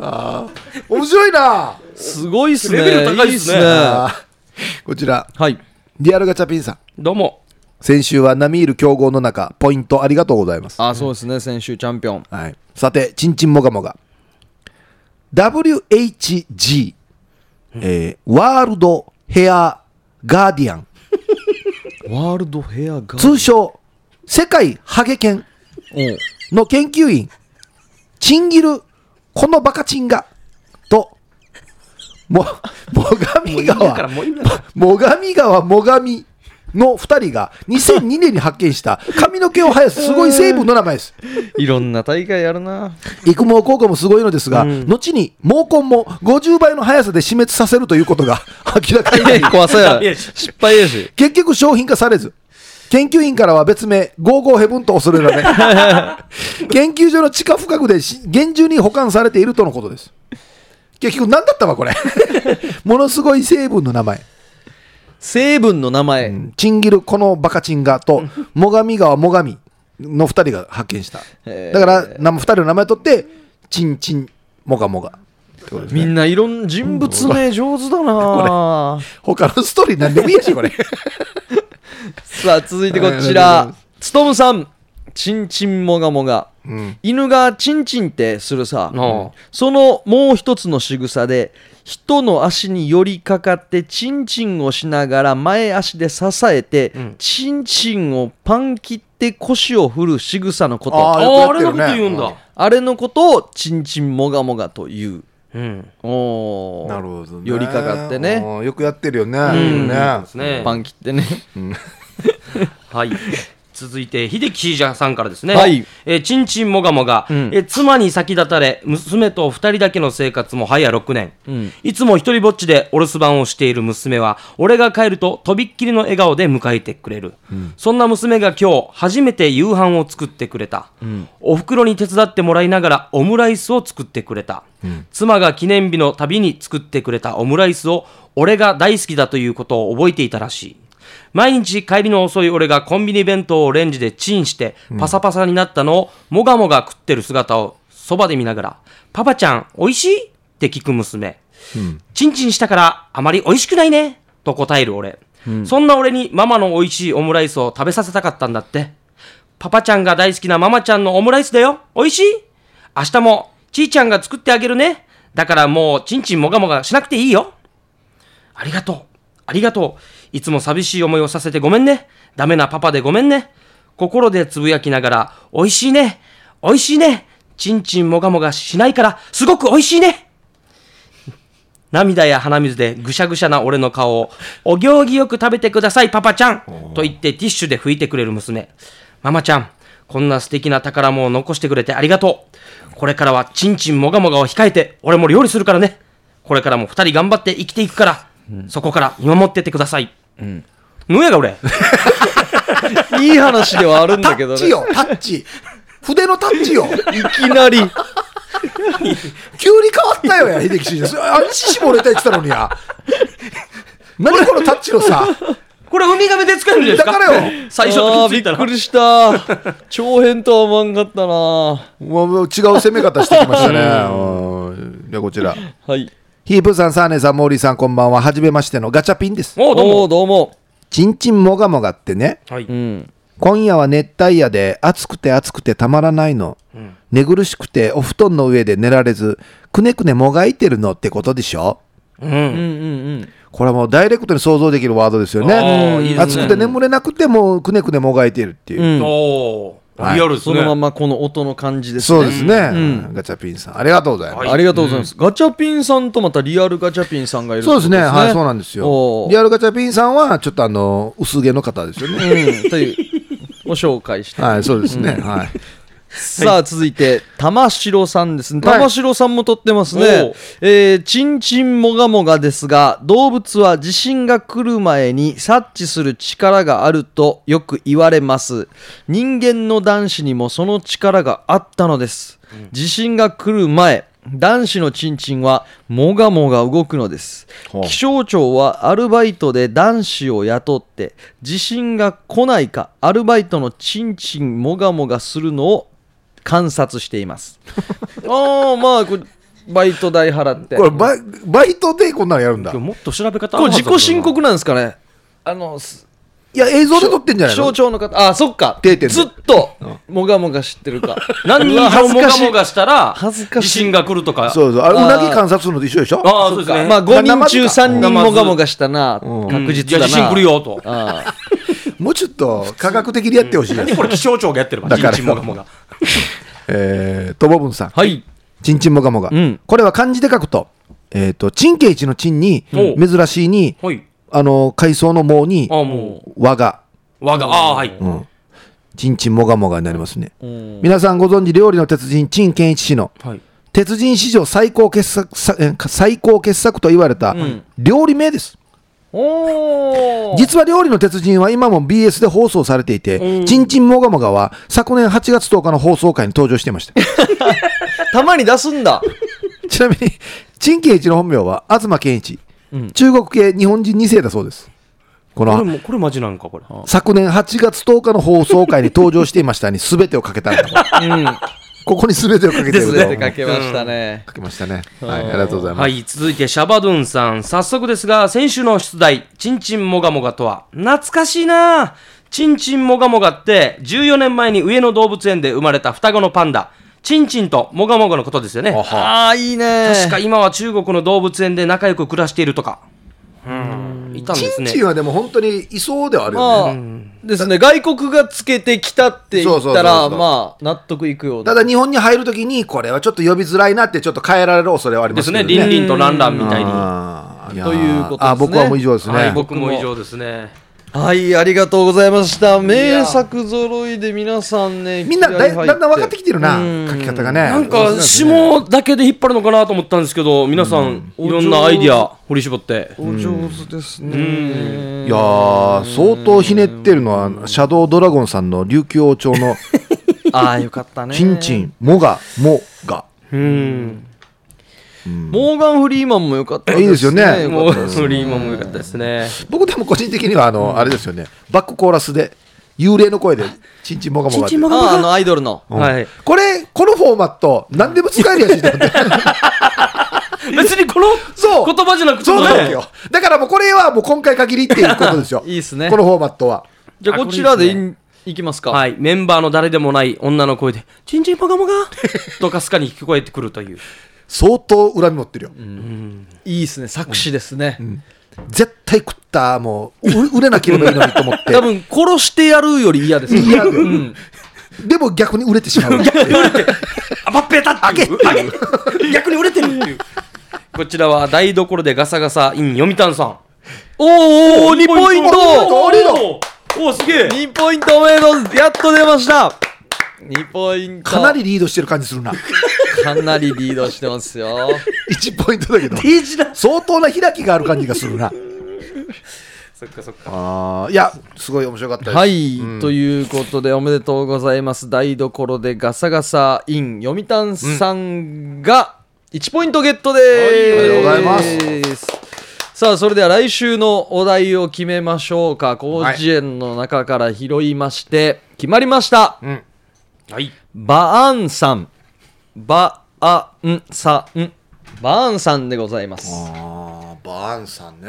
Speaker 3: あー面白いな。
Speaker 1: すごいっすね。
Speaker 2: レベル高いっすね
Speaker 1: っ
Speaker 3: あー こちら、
Speaker 1: はい。
Speaker 3: リアルガチャピンさん。
Speaker 2: どうも
Speaker 3: 先週は並みいる競合の中、ポイントありがとうございます。
Speaker 1: あ、そうですね、先週チャンピオン。
Speaker 3: はい、さて、ちんちんもがもが。WHG、えーワールドヘアガーディアン、
Speaker 1: ワールドヘアガー
Speaker 3: 通称、世界ハゲ犬の研究員、チンギル、このバカチンが、と、も、もがみ
Speaker 2: だから
Speaker 3: 川、
Speaker 2: もういいな
Speaker 3: もがみ川もがみの2人が2002年に発見した髪の毛を生やすすごい成分の名前です。
Speaker 1: いろんな大会やるな。
Speaker 3: 育毛効果もすごいのですが、後に毛根も50倍の速さで死滅させるということが明らかになり、
Speaker 1: 怖さ
Speaker 2: ダメ
Speaker 1: や。
Speaker 2: やし
Speaker 1: 失敗やし。
Speaker 3: 結局商品化されず、研究員からは別名、ゴーゴーヘブンと恐れられ、 研究所の地下深くでし厳重に保管されているとのことです。結局何だったわ、 これ。ものすごい成分の名前。
Speaker 1: 成分の名前。
Speaker 3: チンギル、このバカチンガと、最上川最上の2人が発見した。
Speaker 1: へー
Speaker 3: だから、2人の名前取って、チンチン、もがもが。ってことですね
Speaker 1: みんないろんな人物名上手だな。
Speaker 3: 他のストーリーなんでもいいやし、これ。
Speaker 1: さあ、続いてこち
Speaker 3: はいありがとうござい
Speaker 1: ら。つとむさん。ちんちんもがもが。犬がチンチンってするさ、
Speaker 2: うん
Speaker 1: そのもう一つの仕草で人の足に寄りかかってチンチンをしながら前足で支えて、チンチンをパン切って腰を振る仕草のこと
Speaker 3: あ
Speaker 1: あ
Speaker 3: ーよ
Speaker 2: あ
Speaker 3: く
Speaker 2: あ
Speaker 3: や
Speaker 2: れ
Speaker 3: ってる
Speaker 2: の
Speaker 3: ね
Speaker 2: こと言うんだ。
Speaker 1: れのことをチンチンもがもがという
Speaker 2: うん。
Speaker 1: おー
Speaker 3: なるほどね
Speaker 1: 寄りかかってね
Speaker 3: うんよくやってるよね
Speaker 2: ん
Speaker 3: ね
Speaker 2: ね
Speaker 1: パン切ってね
Speaker 2: はい。続いて、秀樹ひじゃさんからですね。
Speaker 1: はい
Speaker 2: えーちんちんもがもが、
Speaker 1: ん
Speaker 2: えー妻に先立たれ、娘と二人だけの生活も早6年。
Speaker 1: ん
Speaker 2: いつも一人ぼっちでお留守番をしている娘は、俺が帰るととびっきりの笑顔で迎えてくれる。そんな娘が今日、初めて夕飯を作ってくれた。お袋に手伝ってもらいながらオムライスを作ってくれた。妻が記念日のたびに作ってくれたオムライスを、俺が大好きだということを覚えていたらしい。毎日帰りの遅い俺がコンビニ弁当をレンジでチンしてパサパサになったのをもがもが食ってる姿をそばで見ながら「パパちゃんおいしい?」って聞く娘、チンチンしたからあまりおいしくないねと答える俺、そんな俺にママのおいしいオムライスを食べさせたかったんだってパパちゃんが大好きなママちゃんのオムライスだよおいしい明日もちーちゃんが作ってあげるねだからもうチンチンもがもがしなくていいよありがとう。ありがとう。いつも寂しい思いをさせてごめんね。ダメなパパでごめんね。心でつぶやきながら、おいしいね。おいしいね。ちんちんもがもがしないから、すごくおいしいね。涙や鼻水でぐしゃぐしゃな俺の顔を、お行儀よく食べてください、パパちゃんと言ってティッシュで拭いてくれる娘。ママちゃん、こんな素敵な宝物を残してくれてありがとう。これからはちんちんもがもがを控えて、俺も料理するからね。これからも二人頑張って生きていくから、そこから見守ってってください。ぬやが俺。
Speaker 1: いい話ではあるん
Speaker 3: タ
Speaker 1: だけど
Speaker 3: ッ
Speaker 1: ね
Speaker 3: チよタッチ筆のタッチよ
Speaker 1: いきなり
Speaker 3: 急に変わったよや、秀樹氏です。あれ、獅子もれた言ってたのにや。何このタッチのさ。
Speaker 2: これウミガメで使えるんじゃないですか
Speaker 3: だからよ
Speaker 2: 最初
Speaker 1: あー
Speaker 2: の気
Speaker 1: び
Speaker 2: づいた
Speaker 1: っ
Speaker 2: ら
Speaker 1: く。りした 長編とは思わんかったな
Speaker 3: もう違う攻め方してきましたね。うんじゃあこちら。
Speaker 1: はい
Speaker 3: ヒープーさん、サーネさん、モーリーさん、こんばんは。はじめましてのガチャピンです。
Speaker 2: おうどう
Speaker 1: お
Speaker 2: も。
Speaker 1: ーどうも。
Speaker 3: ちんちんもがもがってね。
Speaker 2: はいう
Speaker 1: ん
Speaker 3: 今夜は熱帯夜で暑くて暑くてたまらないの。寝苦しくてお布団の上で寝られず、くねくねもがいてるのってことでしょ
Speaker 2: う
Speaker 1: うん
Speaker 2: ん。
Speaker 1: うんうん
Speaker 3: これはもうダイレクトに想像できるワードですよ
Speaker 2: あ
Speaker 3: ね。
Speaker 2: ーいいですね
Speaker 3: 暑くて眠れなくてもうくねくねもがいてるっていう。
Speaker 1: うん
Speaker 2: お
Speaker 3: は
Speaker 2: ー
Speaker 3: い
Speaker 2: リアルです
Speaker 1: そ
Speaker 2: ね。
Speaker 1: のままこの音の感じです
Speaker 3: そう
Speaker 1: ね
Speaker 3: ですね、
Speaker 1: ん
Speaker 3: ガチャピンさんありがとうございます、
Speaker 2: はい
Speaker 1: ありがとうございます、ガチャピンさんとまたリアルガチャピンさんがいる
Speaker 3: そうですねはいそうなんですよ
Speaker 1: おー
Speaker 3: リアルガチャピンさんはちょっとあの薄毛の方で すよね
Speaker 1: うん、という、ご紹介して。
Speaker 3: はいそうですね、はい
Speaker 1: さあ、続いて、玉城さんですね。
Speaker 3: はい
Speaker 1: 玉城さんも撮ってます
Speaker 2: お
Speaker 1: ね
Speaker 2: う。
Speaker 1: えー、ちんちんもがもがですが、動物は地震が来る前に察知する力があるとよく言われます。人間の男子にもその力があったのです。地震が来る前、男子のちんちんはもがもが動くのです
Speaker 3: ほう
Speaker 1: 気象庁はアルバイトで男子を雇って地震が来ないかアルバイトのちんちんもがもがするのを観察しています ああまあこれバイト代払ってこ
Speaker 3: これ
Speaker 1: れ
Speaker 3: バイバイトでこんなのやるんだ
Speaker 2: 今日もっと調べ方
Speaker 1: 自己申告なんですかねあのす
Speaker 3: いや映像で撮ってんじゃな
Speaker 1: 気
Speaker 3: いの
Speaker 1: 象庁の方あそっか
Speaker 3: 定点で
Speaker 1: ずっともがもが知ってる か
Speaker 2: 何人以上もがも
Speaker 1: が
Speaker 2: がしたら、
Speaker 1: 恥ずかしい
Speaker 2: 地震が来るとか。
Speaker 3: そうそうあれ
Speaker 1: あー
Speaker 3: うなぎ観察するのと一緒でしょ
Speaker 2: ああ、そうですね。
Speaker 1: まあ5人中
Speaker 3: 生
Speaker 1: 3人もがもがしたな
Speaker 3: うん
Speaker 1: 確
Speaker 2: じ
Speaker 1: 実
Speaker 2: ゃ
Speaker 1: だな
Speaker 2: あ地震来るよと。
Speaker 1: ああ
Speaker 3: もうちょっと科学的にやってほしいです、
Speaker 2: 何 これ気象庁がやってるわ。
Speaker 3: だ
Speaker 2: ち
Speaker 3: から
Speaker 2: んちんもがもが。
Speaker 3: えー、とぼぶんさん
Speaker 1: はい
Speaker 3: ちんちんもがもが、
Speaker 1: うん
Speaker 3: これは漢字で書くとえっ、とちんけいちのちんに
Speaker 2: お
Speaker 3: 珍しいに
Speaker 2: はい。
Speaker 3: あの海藻の藻に
Speaker 2: ああ、も
Speaker 3: 和が
Speaker 2: う。わが、ああ、はい。
Speaker 3: うんちんちんもがもがになりますね
Speaker 1: うん
Speaker 3: 皆さんご存知料理の鉄人陳健一氏の
Speaker 2: はい。
Speaker 3: 鉄人史上最高傑作さえ最高傑作と言われた
Speaker 1: ん
Speaker 3: 料理名です、
Speaker 1: おー
Speaker 3: 実は料理の鉄人は今も BS で放送されていて、ちんちんもがもがは昨年8月10日の放送回に登場してい ました。
Speaker 1: たまに出すんだ
Speaker 3: ちなみに、陳健一の本名は東健一、中国系日本人2世だそうです。こ
Speaker 2: これ
Speaker 3: の
Speaker 2: も、これマジなんか、これ。
Speaker 3: 昨年8月10日の放送回に登場していましたに全てをかけたんだ。ここに全てをかけて
Speaker 1: で
Speaker 3: る
Speaker 1: す
Speaker 3: ん
Speaker 1: ね
Speaker 3: だ
Speaker 1: ってかけましたね、
Speaker 3: かけましたね。はい、ありがとうございます。
Speaker 2: はい、続いてシャバドゥンさん。早速ですが、先週の出題、ちんちんもがもがとは、懐かしいなあちんちんもがもがって、14年前に上野動物園で生まれた双子のパンダ、チンチンともがもがのことですよね。
Speaker 1: ああ、いいね。
Speaker 2: 確か今は中国の動物園で仲良く暮らしているとか。うん。いたんで
Speaker 3: チ
Speaker 2: す
Speaker 3: ン
Speaker 2: ね。
Speaker 3: チンはでも本当にいそうではあるよね、
Speaker 1: まあ、ですね、外国がつけてきたって言
Speaker 3: そ
Speaker 1: っ
Speaker 3: うそう
Speaker 1: た
Speaker 3: そ
Speaker 1: ら、
Speaker 3: うそう
Speaker 1: まあ、納得いくような。
Speaker 3: ただ日本に入るときに、これはちょっと呼びづらいなって、ちょっと変えられる恐れはあり
Speaker 2: で
Speaker 3: ますす
Speaker 2: ね。
Speaker 3: けどね。
Speaker 2: リンリンとランランみたいに。は
Speaker 3: あーやー
Speaker 1: ということですね
Speaker 3: あ、僕はもう以上ですね。
Speaker 2: い、僕も以上ですね。
Speaker 1: はい、ありがとうございました。名作揃いで皆さんね、
Speaker 3: みんなだいだんだん分かって
Speaker 1: き
Speaker 3: きてるな
Speaker 1: うん、
Speaker 3: 書き方がね。
Speaker 2: なんか、
Speaker 3: も
Speaker 2: 下だけで引っ張るのかなと思ったんですけど、皆さん、いろんなアイディア、掘り絞って。
Speaker 1: お上手ですね。
Speaker 3: いやー、相当ひねってるのは、シャドウドラゴンさんの琉球王朝の
Speaker 1: ああ、よかったね。
Speaker 3: チンチン、モガ、モガ。
Speaker 2: うん。
Speaker 1: モーガン・フリーマンもよかった
Speaker 3: いいですよね
Speaker 1: よ
Speaker 2: も
Speaker 1: か
Speaker 2: う、
Speaker 1: った です
Speaker 2: フリーマンも良かったですね。
Speaker 3: 僕でも個人的には、あの、あれですよね、バックコーラスで、幽霊の 声で、チンチンモガモガって。
Speaker 1: ああ、あの、アイドルの。。
Speaker 2: はい。
Speaker 3: これ、このフォーマット、何でも使えるやつだって。
Speaker 2: 別にこの
Speaker 3: そう
Speaker 2: 言葉じゃなくて
Speaker 3: そう
Speaker 2: も
Speaker 3: なんです
Speaker 2: ね
Speaker 3: よ。だからもうこれはもう今回限りっていうことですよ
Speaker 1: いいっすね
Speaker 3: このフォーマットは。
Speaker 1: じゃあ、こちらでいんいきますか。
Speaker 2: はい、メンバーの誰でもない女の声で「チンチンパカパカ」 とかすかに聞こえてくるという
Speaker 3: 相当恨み持ってるよ。
Speaker 1: いいですね、作詞ですね。
Speaker 3: 絶対食った、もう、う売れなければいいのにと思って
Speaker 1: 多。分、殺してやるより嫌です。
Speaker 3: 嫌ででも逆に売れてし まう。
Speaker 2: あばっぺたっていうあげ逆に売れてるっていうこちらは台所でガサガサイン読谷さん
Speaker 1: おーおー、2ポイント
Speaker 3: ありだ
Speaker 2: おーおーすげえ
Speaker 1: !2 ポイントおめでとうやっと出ました2ポイント。
Speaker 3: かなりリードしてる感じするな。
Speaker 1: かなりリードしてますよ。
Speaker 3: 1ポイントだけど。
Speaker 2: ページだ
Speaker 3: 相当な開きがある感じがする な。
Speaker 2: そっかそっか
Speaker 3: あーいや、すごい面白かったです。
Speaker 1: はい、ということでおめでとうございます台所でガサガサイン読谷さんが1ポイントゲットで
Speaker 3: はいありがとうご
Speaker 1: ーすさあそれでは来週のお題を決めましょうか広辞苑の中から拾いまして、決まりました
Speaker 2: はい
Speaker 1: バアンさんバアンさんバアンさんでございます
Speaker 3: あーバーンさんね。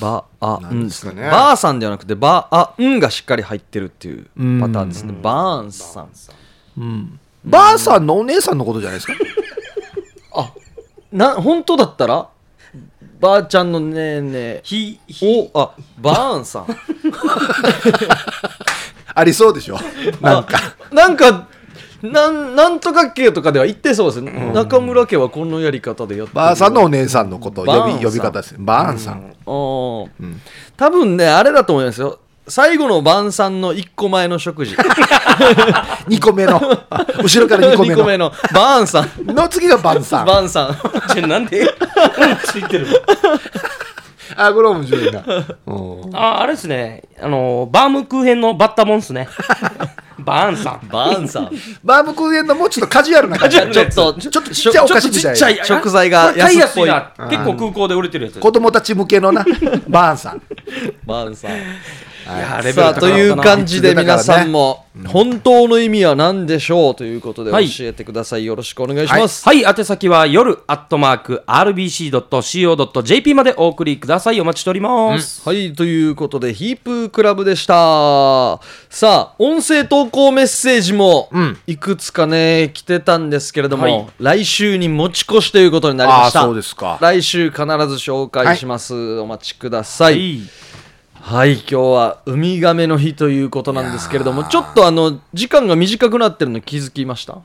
Speaker 1: バア
Speaker 3: なん
Speaker 1: ン
Speaker 3: ですかね
Speaker 1: バーさんではなくてバアンがしっかり入ってるっていうパターンですねバーンさん
Speaker 3: バーンさんのお姉さんのことじゃないですか。
Speaker 1: な本当だったらばあちゃんのねえね
Speaker 2: ひひ
Speaker 1: えおあバーンさん
Speaker 3: ありそうでしょ。 なんか。
Speaker 1: あなんかなんなんとか家とかでは言ってそうですね、中村家はこのやり方でやってる
Speaker 3: バーンさんのお姉さんのこと、呼
Speaker 1: バーンさ
Speaker 3: び
Speaker 1: ん
Speaker 3: 呼び方ですね。バーンさん。
Speaker 1: おー多分ねあれだと思いますよ最後の晩餐の1個前の食 事
Speaker 3: 2個目の。 あ後ろから2個目
Speaker 1: 二個
Speaker 3: の
Speaker 1: 目。のバーンさん
Speaker 3: の次がバンさん。
Speaker 1: バーンさん
Speaker 2: じゃなん でついてる
Speaker 3: あ、これは面白いな。うん
Speaker 2: ああれですねあのバームクーヘンのバッタモンっすね バーンさん
Speaker 1: バーンさん
Speaker 3: バームクーヘンのもうちょっとカジュアルな感じ。
Speaker 1: ちょっと
Speaker 3: ちょっとちっちゃいお菓子みたい
Speaker 1: ちょっとちっ
Speaker 3: な。
Speaker 1: ちゃい食材が
Speaker 2: 買いや
Speaker 1: 安っ
Speaker 2: すい
Speaker 1: ぽい
Speaker 2: な結構空港で売れてるやつ
Speaker 3: 子供たち向けのな、バーンさん。
Speaker 1: バーンさん
Speaker 2: やレベル高
Speaker 1: さ
Speaker 2: か
Speaker 1: あ
Speaker 2: ったな
Speaker 1: という感じで皆さんも本当の意味は何でしょうということで教
Speaker 2: はい
Speaker 1: えてください、よろしくお願いします、
Speaker 2: はい、宛先は夜アットマーク RBC.CO.JP までお送りください。お待ちしております。
Speaker 1: はい、ということでヒープークラブでしたさあ音声投稿メッセージもいくつかね来てたんですけれども、
Speaker 2: はい
Speaker 1: 来週に持ち越しということになりました
Speaker 3: あーそうですか
Speaker 1: 来週必ず紹介します、お待ちください、はい今日はウミガメの日ということなんですけれどもちょっとあの時間が短くなってるの気づきました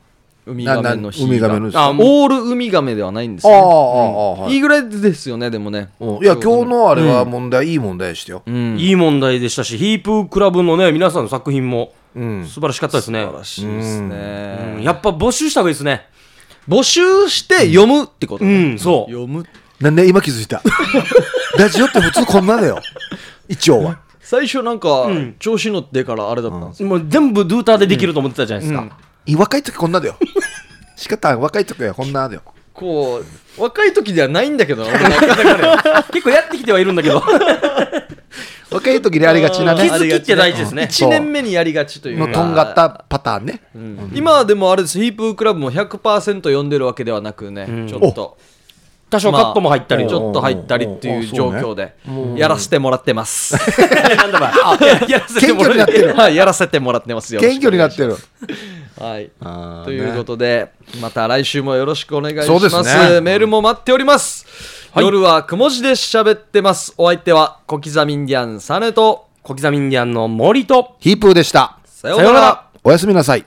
Speaker 1: ウミガメの日が
Speaker 3: ななウミガメの日です
Speaker 1: あオールウミガメではないんです
Speaker 3: ああ、ああ、
Speaker 1: ね
Speaker 3: はい
Speaker 1: い
Speaker 3: い。
Speaker 1: ぐらいですよねでもね
Speaker 3: うんいや、今日のあれは問題、いい問題でしたよ。
Speaker 2: うんいい問題でしたし、ヒープークラブのね、皆さんの作品も素晴らしかったですね。
Speaker 1: 素晴らしいですね、
Speaker 2: うんやっぱ募集した方がいいですね。
Speaker 1: 募集して読むってこと、
Speaker 2: うん、そう。
Speaker 1: 読む
Speaker 3: なんで今気づ いた。ラジオって普通こんなだよ。一応は。
Speaker 1: 最初なんか、調子乗ってからあれだったんですよ、
Speaker 2: もう全部ドゥーターでできると思ってたじゃないですか。
Speaker 3: い若い時こんなだよ。仕方、若い時はこんなだよ。
Speaker 1: こう若い時ではないんだけどな俺なんか
Speaker 2: 結構やってきてはいるんだけど、
Speaker 3: 若い時でありがちな
Speaker 2: 気
Speaker 3: ね。
Speaker 2: づきって大事ですね。
Speaker 1: 1年目にやりがちというか
Speaker 3: のとんがったパターンね。
Speaker 1: うん今はでもあれですヒープークラブも100%読んでるわけではなくね、ちょっと
Speaker 2: 多少カットも入ったり。
Speaker 1: ちょっと入ったりっていう状況でやらせてもらってます、
Speaker 2: なんだか、やらせて
Speaker 3: 謙
Speaker 2: も
Speaker 3: 虚に
Speaker 2: ら
Speaker 3: なっ
Speaker 2: っ。
Speaker 3: ててる。
Speaker 1: はいやらせてもらってますよ
Speaker 3: 謙虚になってる。
Speaker 1: はい
Speaker 3: あー
Speaker 1: ということで、また来週もよろしくお願いし
Speaker 3: そう
Speaker 1: ま
Speaker 3: ですすね
Speaker 1: メールも待っております、夜はくも字で喋ってますお相手は小刻みインディアンサネと
Speaker 2: 小刻みインディアンの森と
Speaker 3: ヒープーでした。
Speaker 1: さようなら
Speaker 3: おやすみなさい。